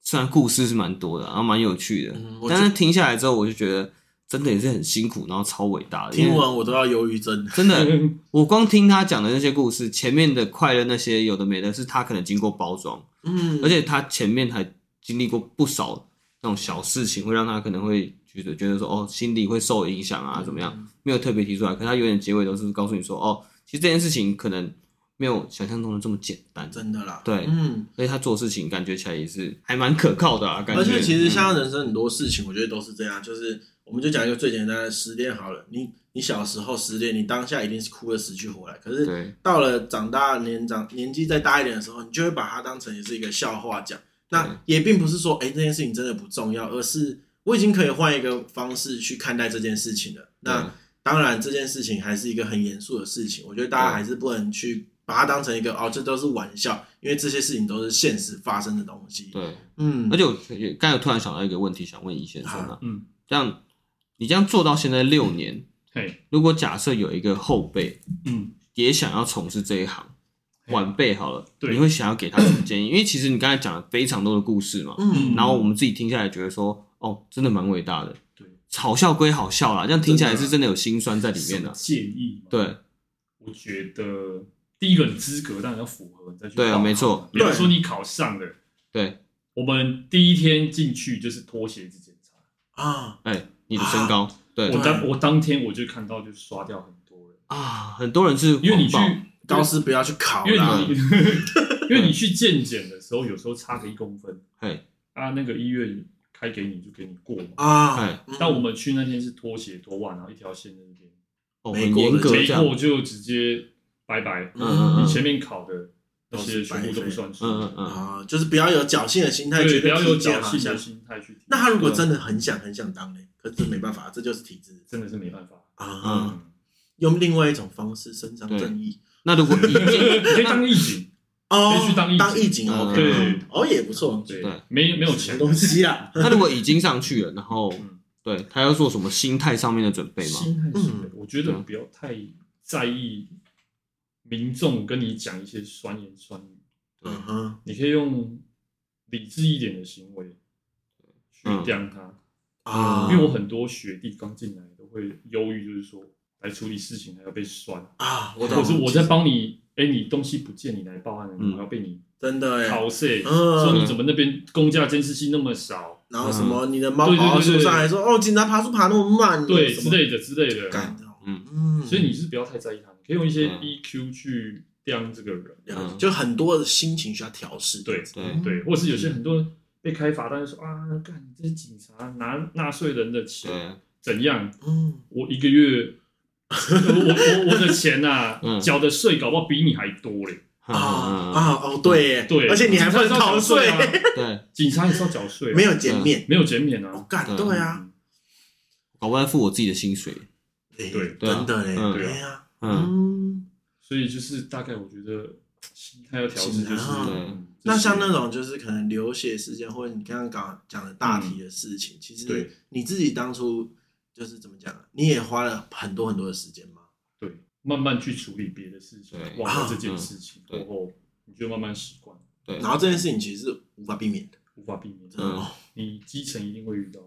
S1: 虽然故事是蛮多的，然后蛮有趣的，
S2: 嗯我
S1: 但是听下来之后，我就觉得真的也是很辛苦，然后超伟大的，因
S2: 听
S1: 为
S2: 完我都要忧郁症。
S1: 真的。我光听他讲的那些故事，前面的快乐那些有的没的，是他可能经过包装，
S2: 嗯
S1: 而且他前面还经历过不少那种小事情，会让他可能会觉得觉得说哦，心理会受影响啊，怎么样？没有特别提出来，可他有点结尾都是告诉你说哦，其实这件事情可能没有想象中的这么简单，
S2: 真的啦，
S1: 对
S2: 嗯，
S1: 所以他做事情感觉起来也是还蛮可靠的啊，感觉。
S2: 而且其实像人生很多事情，我觉得都是这样，就是我们就讲一个最简单的失恋好了，你你小时候失恋，你当下一定是哭的死去活来，可
S1: 嗯
S2: 是
S1: 对
S2: 到了长大年长年纪再大一点的时候，你就会把它当成也是一个笑话讲。
S1: 对
S2: 那也并不是说，哎、这件事情真的不重要，而是我已经可以换一个方式去看待这件事情了。那当然，这件事情还是一个很严肃的事情，我觉得大家
S1: 对
S2: 还是不能去把它当成一个哦，这都是玩笑，因为这些事情都是现实发生的东西。
S1: 对，
S2: 嗯
S1: 而，且我也刚才突然想到一个问题，想问易先生啊，
S3: 嗯，
S1: 这样你这样做到现在六年，
S3: 嘿，
S1: 如果假设有一个后辈
S3: 嗯，
S1: 也想要从事这一行，晚辈好了，
S3: 对
S1: 你会想要给他什么建议？因为其实你刚才讲了非常多的故
S2: [laughs]
S1: 事嘛，
S2: 嗯，
S1: 然后我们自己听下来觉得说，哦，真的蛮伟大的。
S3: 对，啊
S1: 嘲笑归好笑啦，这样听起来是真的有心酸在里
S3: 什
S1: 面
S3: 么
S1: 的。
S3: 建议嘛，
S1: 对，
S3: 我觉得第一个你资格当然要符合，你再去
S1: 对啊
S3: 报考
S1: 没错
S3: 比如
S2: 对
S3: 说你考上了，
S1: 对，
S3: 我们第一天进去就是脱鞋子检查，
S2: 啊，
S1: 哎，你的身高，对
S3: 啊我当我当天我就看到就刷掉很多人，
S1: 啊，很多人是
S3: 因为你去
S1: 谎报，
S2: 高斯不要去考
S3: 因为
S2: 啦。
S3: 你因为你去健检的时候，有时候差个一公分
S1: 嘿，
S3: 啊，那个医院开给你就给你过嘛。
S1: 哎
S2: 啊，嗯
S3: 但我们去那天是脱鞋脱袜，然后一条线在那边，
S1: 哦，
S2: 没
S1: 很
S2: 过的
S1: 严格
S2: 对
S1: 这
S3: 没
S1: 样，
S3: 过就直接拜拜，
S1: 嗯
S3: 你前面考的那些
S2: 都是白
S3: 全部都不
S2: 费
S3: 算数。
S1: 嗯嗯嗯，
S2: 啊，就是不要有侥幸的心态，
S3: 对，
S2: 觉
S3: 不
S2: 得
S3: 要有
S2: 自己
S3: 侥幸
S2: 好
S3: 的
S2: 像
S3: 心态去听。
S2: 那他如果
S3: 对啊
S2: 真的很想很想当嘞，可是没办法，这就是体制
S3: 真的是没办法，
S2: 啊。
S1: 嗯
S3: 嗯，
S2: 用另外一种方式伸张正义
S1: 那如果已经
S3: [laughs] 嗯你可以当义
S2: [laughs]
S3: 警，
S2: 哦
S3: 可以去当义警
S2: 当义警
S1: 嗯
S2: ，OK，
S3: 对
S2: 哦也不错，
S3: 对
S1: 对，？
S3: 没没有
S2: 什
S3: 钱
S2: 么，东西啊
S1: 那如果已经上去了，然后
S3: 嗯
S1: 对他要做什么心态上面的准备吗？
S3: 心态是的
S2: 嗯，
S3: 我觉得不要太在意民众跟你讲一些酸言酸语，
S1: 对
S2: 嗯哼，
S3: 你可以用理智一点的行为去
S1: 嗯
S3: 刁他，
S2: 啊，
S3: 因为我很多学弟刚进来都会忧郁，就是说来处理事情还要被酸，
S2: 啊，我
S3: 或
S2: 懂，
S3: 者是我在帮你，哎，你东西不见，你来报案了，
S1: 嗯
S3: 我要被你
S2: 真的哎，
S3: 考试，
S2: 嗯
S3: 说你怎么那边公家监视器那么少，
S2: 然后什么你的猫跑到树上来说，哦，警察爬树爬那么慢，
S3: 对
S2: 什
S3: 之
S2: 么
S3: 类的之类的，
S2: 干，
S1: 嗯
S2: 嗯，
S3: 所以你是不要太在意他，你可以用一些
S1: 嗯
S3: EQ 去刁这个人，
S2: 了解
S1: 嗯
S2: 就很多的心情需要调试，
S3: 对
S1: 对
S3: 对，或者是有些很多人被开罚单说啊，干你这些警察拿纳税人的钱
S1: 对，
S3: 怎样？
S2: 嗯，
S3: 我一个月我我我的
S2: [laughs]
S3: 钱呐
S1: 嗯，
S3: 缴的税搞不好比你还多嘞，
S2: 啊
S1: 嗯嗯
S2: 啊哦，对耶，
S3: 对，
S2: 而且你还不能
S3: 警察
S2: 逃
S3: 也是要
S2: 税
S3: 缴，税啊，
S1: 嗯对，
S3: 警察也是要缴税啊，
S2: [laughs] 没有减免，
S3: 没有减免
S2: 我
S3: 啊，
S2: 干，
S1: 对
S2: 对啊，
S1: 搞不好要付我自己的薪水，
S2: 对
S3: 对
S1: 对啊
S2: 真的嘞，
S1: 嗯
S2: 对呀，
S1: 嗯，
S2: 嗯。
S3: 所以就是大概我觉得心态要调
S2: 心
S3: 整，
S2: 态
S3: 就是
S2: 啊
S3: 嗯这
S2: 那
S3: 是
S2: 像那种就是可能流血事件，或者你刚刚讲讲的
S1: 嗯
S2: 大题的事情，其
S3: 对
S2: 实你自己当初就是怎么讲啊，你也花了很多很多的时间嘛。
S3: 对，慢慢去处理别的事情
S1: 对，
S3: 忘了这件事情
S1: 对
S3: 过后，你就慢慢习惯，
S1: 对，
S2: 然后这件事情其实是无法避免的，
S3: 无法避免。
S2: 真的
S1: 嗯
S2: 哦，
S3: 你基层一定会遇到，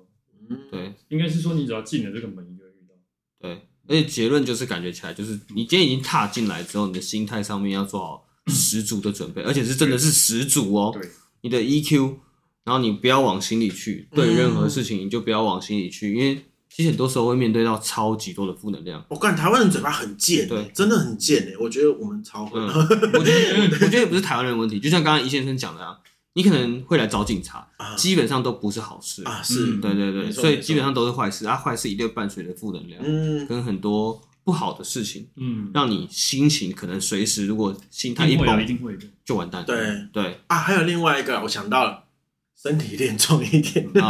S2: 嗯，
S1: 对
S3: 应该是说你只要进了这个门，你就会遇到。
S1: 对，而且结论就是感觉起来，就是你今天已经踏进来之后，你的心态上面要做好十足的准备，而且是真的是十足哦。
S3: 对，
S1: 你的 EQ，然后你不要往心里去，对于
S2: 嗯
S1: 任何事情你就不要往心里去，因为其实很多时候会面对到超级多的负能量。
S2: 我干台湾人嘴巴很贱，
S1: 对
S2: 真的很贱哎，我觉得我们超会 [laughs]
S1: 嗯，我觉得嗯我觉得也不是台湾人的问题，就像刚刚一先生讲的啊，你可能会来找警察，
S2: 啊
S1: 基本上都不是好事。
S2: 啊是
S3: 嗯，
S1: 对对
S2: 没
S1: 对，
S2: 错
S1: 所
S2: 没
S1: 以
S2: 错
S1: 基本上都是坏事啊，坏事一定会伴随着负能量，
S2: 嗯，
S1: 跟很多不好的事情，
S3: 嗯，
S1: 让你心情可能随时如果心态
S3: 一
S1: 一
S3: 定会啊一
S1: 崩
S3: 定会的。
S1: 就完蛋了。
S2: 对
S1: 对
S2: 啊，还有另外一个，我想到了，身体练重一点。 [laughs]
S1: 啊，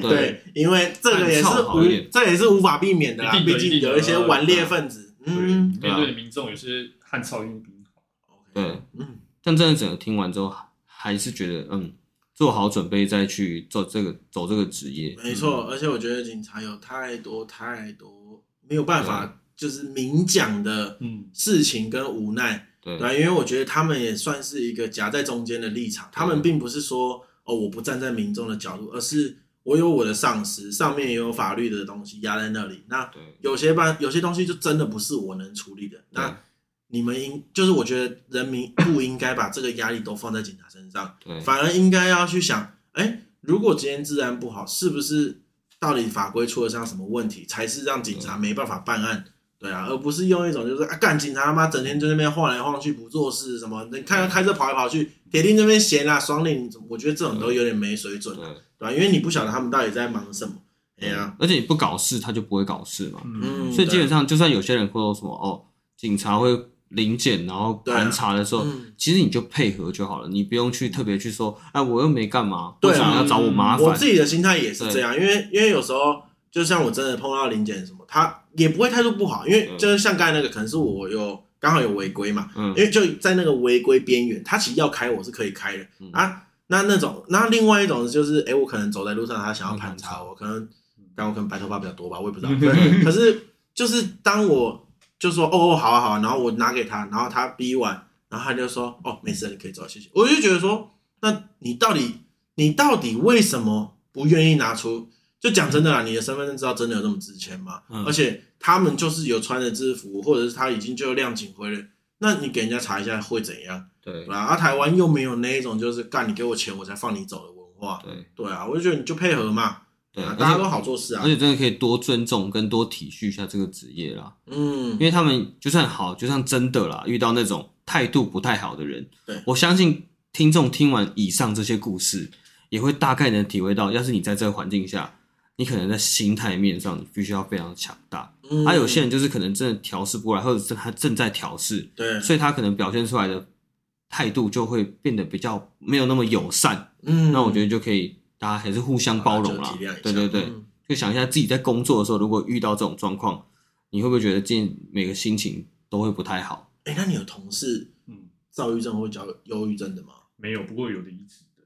S1: 对，
S2: 对，因为这个也
S1: 干
S2: 是
S1: 操好一
S2: 无
S1: 点，
S2: 这也是无法避免的啦
S3: 一。定的
S2: 毕
S3: 一
S2: 竟
S3: 定的呃
S2: 有一些顽劣分子，嗯，
S3: 对面对的民众有些汗臭运比你好。
S1: 对，
S2: 嗯，
S1: 但真的整个听完之后，还是觉得嗯，做好准备再去做这个走这个职业，
S2: 没
S3: 嗯
S2: 错。而且我觉得警察有太多太多没有办法，就是明讲的
S3: 嗯，
S2: 事情跟无奈，
S1: 嗯对
S2: 对啊，因为我觉得他们也算是一个夹在中间的立场，他们并不是说哦我不站在民众的角度，而是我有我的上司，上面也有法律的东西压在那里，那
S1: 对
S2: 有些办有些东西就真的不是我能处理的，那。你们应就是我觉得人民不应该把这个压力都放在警察身上，
S1: 对
S2: 反而应该要去想，哎，如果今天治安不好，是不是到底法规出了像什么问题，才是让警察没办法办案？对啊，而不是用一种就是啊，干警察他妈整天在那边晃来晃去不做事什么，你看他开车跑来跑去，铁定这边闲啦、爽领，我觉得这种都有点没水准，
S1: 对
S2: 对吧、因为你不晓得他们到底在忙什么。哎
S1: 对
S2: 呀、
S1: 而且你不搞事，他就不会搞事嘛。
S2: 嗯
S1: 所以基本上，就算有些人会说什么哦，警察会临检，然后
S2: 对啊
S1: 盘查的时候，
S2: 嗯
S1: 其实你就配合就好了，你不用去特别去说，哎，我又没干嘛，
S2: 对啊
S1: 为什么要找我麻
S2: 我
S1: 烦？
S2: 自己的心态也是这样，因为因为有时候就像我真的碰到零检什么，他也不会态度不好，因为
S1: 嗯
S2: 就是像刚才那个，可能是我有刚好有违规嘛，
S1: 嗯
S2: 因为就在那个违规边缘，他其实要开我是可以开的、
S1: 嗯
S2: 啊。那那种，那另外一种就是，哎，我可能走在路上，他想要盘
S1: 嗯
S2: 查我，可能，但我可能白头发比较多吧，我也不
S1: [laughs]
S2: 知道。对可是就是当我就说，哦，哦好啊好啊，然后我拿给他，然后他逼完，然后他就说，哦，没事，你可以走，谢谢。我就觉得说，那你到底你到底为什么不愿意拿出？就讲真的啦，你的身份证知道真的有那么值钱吗？
S1: 嗯
S2: 而且他们就是有穿着制服，或者是他已经就亮警徽了，那你给人家查一下会怎样？
S1: 对
S2: 对吧、啊？台湾又没有那一种就是干你给我钱我才放你走的文化，
S1: 对
S2: 对啊，我就觉得你就配合嘛，
S1: 对，
S2: 啊
S1: 而
S2: 大家都
S1: 且
S2: 好做事啊
S1: 而，且真的可以多尊重跟多体恤一下这个职业啦，
S2: 嗯
S1: 因，为他们就算好，就算真的啦，遇到那种态度不太好的人
S2: 对，
S1: 我相信听众听完以上这些故事，也会大概能体会到，要是你在这个环境下，你可能在心态面上你必须要非常强大。啊
S2: 嗯
S1: 他、有些人就是可能真的调试不过来，或者是他正在调试，
S2: 对，
S1: 所以他可能表现出来的态度就会变得比较没有那么友善。
S2: 嗯，
S1: 那我觉得就可以，大家还是互相包容
S2: 就
S1: 啦
S2: 体谅一下。
S1: 对对对，
S2: 嗯
S1: 就想一下自己在工作的时候，如果遇到这种状况，你会不会觉得今天每个心情都会不太好？
S2: 哎、那你有同事
S3: 嗯，
S2: 躁郁症或焦忧郁症的吗？
S3: 没有，不过有离职的。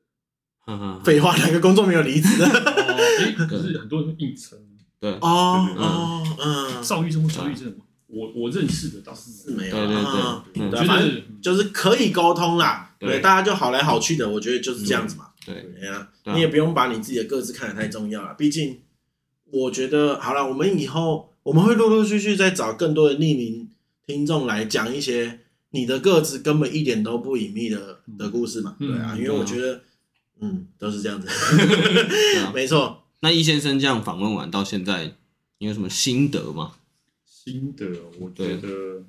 S1: 哼哼哼
S2: 废话，哪个工作没有离职
S1: [laughs]
S2: 的？
S3: 哦，哎，可是很多人会硬撑，
S1: 对
S2: 哦
S3: 对对对
S2: 哦，嗯，
S3: 躁郁症或焦虑症，我我认识的倒是
S2: 是没有
S1: 对对对
S2: 啊，
S1: 嗯
S2: 对
S3: 我觉
S2: 啊，反
S3: 得
S2: 正就是可以沟通啦，
S1: 对
S2: 对，大家就好来好去的，我觉得就是这样子嘛。
S1: 对
S2: 哎呀，
S1: 对啊
S2: 你也不用把你自己的各自看得太重要了，毕竟我觉得好了，我们以后我们会陆陆续续再找更多的匿名听众来讲一些你的各自根本一点都不隐秘的
S3: 嗯
S2: 的故事嘛，
S3: 嗯
S2: 对啊，因为
S1: 对啊
S2: 我觉得嗯都是这样子，
S1: 对啊。
S2: [laughs] 没错，
S1: 那易先生这样访问完到现在，你有什么心得吗？
S3: 心得，我觉得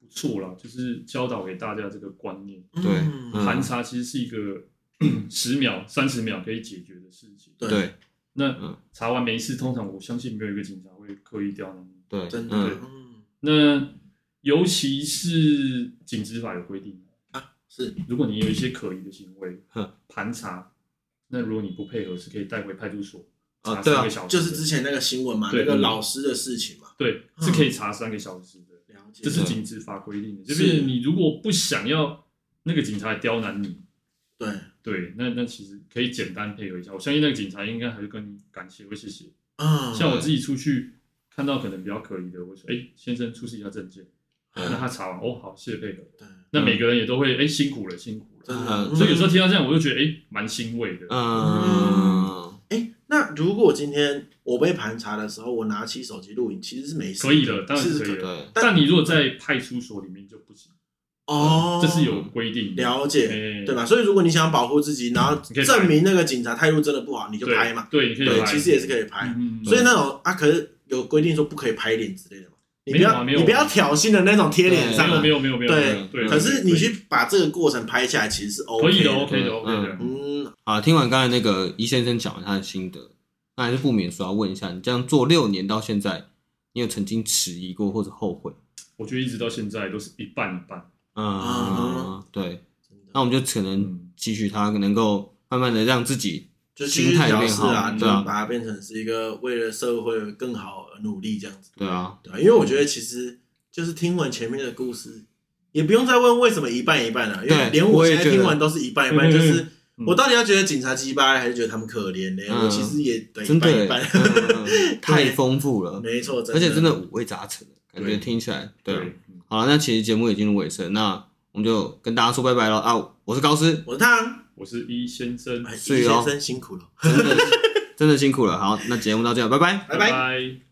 S3: 不错啦，就是教导给大家这个观念，
S1: 对
S2: 嗯
S1: 嗯
S3: 盘查其实是一个 [clears throat] 十秒、三十秒可以解决的事情。
S2: 对
S1: 对
S3: 那
S1: 嗯
S3: 查完没事，通常我相信没有一个警察会刻意刁难你。
S1: 对，
S2: 真的，
S1: 嗯，
S2: 嗯，
S3: 那尤其是警执法有规定，
S2: 是
S3: 如果你有一些可疑的行为
S1: 哼，
S3: 盘查，那如果你不配合，是可以带回派出所
S1: 啊
S3: 查
S1: 对啊
S3: 三个小时的，
S2: 就是之前那个新闻嘛，那
S3: 对
S2: 个老师的事情嘛，
S3: 对，
S1: 嗯
S3: 是可以查三个小时的。
S2: 了解，
S3: 这是
S1: 对
S3: 警执法规定的，就是是你如果不想要那个警察刁难你，
S2: 对，
S3: 对，那那其实可以简单配合一下。我相信那个警察应该还会跟你感谢或谢谢。
S2: 嗯，
S3: 像我自己出去看到可能比较可疑的，我会说：“哎、先生，出示一下证件。
S2: 嗯
S3: 那他查完哦，好，谢谢配合。
S2: 对，
S3: 那每个人也都会哎辛苦了，辛苦了。
S2: 嗯真的。
S1: 嗯
S3: 所以有时候听到这样，我就觉得哎蛮欣慰的。
S1: 嗯，
S2: 哎，那如果今天我被盘查的时候，我拿起手机录影，其实是没事的，
S3: 可以的当然
S2: 是
S3: 是可以的
S1: 对，
S3: 但你如果在派出所里面就不行，
S2: 哦，
S3: 这是有规定的。
S2: 了解，
S3: 哎嗯
S2: 对吧？所以如果你想保护自己，然后
S3: 你可以拍
S2: 证明那个警察态度真的不好，你就
S3: 对
S2: 拍嘛。
S3: 对，你可以
S2: 对，
S3: 拍。
S2: 其实也是可以拍。
S3: 嗯，嗯
S2: 所以那种啊，可是有规定说不可以拍脸之类的嘛，你不
S3: 没有
S2: 要
S3: 啊没有啊
S2: 你不要挑衅的那种贴脸上
S3: 没有
S2: 啊
S3: 没。有没有没有没有，对。
S2: 可是你
S3: 对
S2: 去把这个过程拍下来，其实是
S3: 可
S2: OK
S3: 以的
S2: 的。
S3: ，OK 的，OK 的。
S2: 嗯，
S1: 啊，听完刚才那个一先生讲完他的心得，那还是不免说要问一下，你这样做六年到现在，你有曾经迟疑过或者后悔？
S3: 我觉得一直到现在都是一半一半。
S1: 嗯，对，
S2: 啊真的
S1: 那我们就只能期许他能够慢慢的让自己，
S2: 就继续
S1: 心态
S2: 调
S1: 变
S2: 试
S1: 好
S2: 啊，就
S1: 对啊
S2: 把它变成是一个为了社会更好而努力这样子。
S1: 对啊，
S2: 对啊，因为我觉得其实就是听完前面的故事，也不用再问为什么一半一半啊了、因为
S1: 对
S2: 连
S1: 我
S2: 现
S1: 也
S2: 在
S1: 觉得
S2: 听完都是一半一半，
S3: 嗯
S2: 就是
S3: 嗯
S2: 我到底要觉得警察鸡巴，还是觉得他们可怜呢、
S1: 嗯
S2: 我其实也对一
S1: 真的
S2: 半
S1: 欸
S2: 一半，
S1: 嗯
S2: [laughs]
S1: 嗯太丰富了，
S2: 没错，
S1: 而且真
S2: 的
S1: 的五味杂陈，感觉
S3: 对
S1: 听起来，对啊。
S3: 对，
S1: 好了，那其实节目也进入尾声，那我们就跟大家说拜拜了啊！我是高斯，
S2: 我是汤，
S3: 我是一先生，
S2: 哎，易
S1: 是哦
S2: 先生辛苦了，
S1: 真的真的辛苦了。好，那节目到这样，拜拜。
S2: 拜
S3: 拜。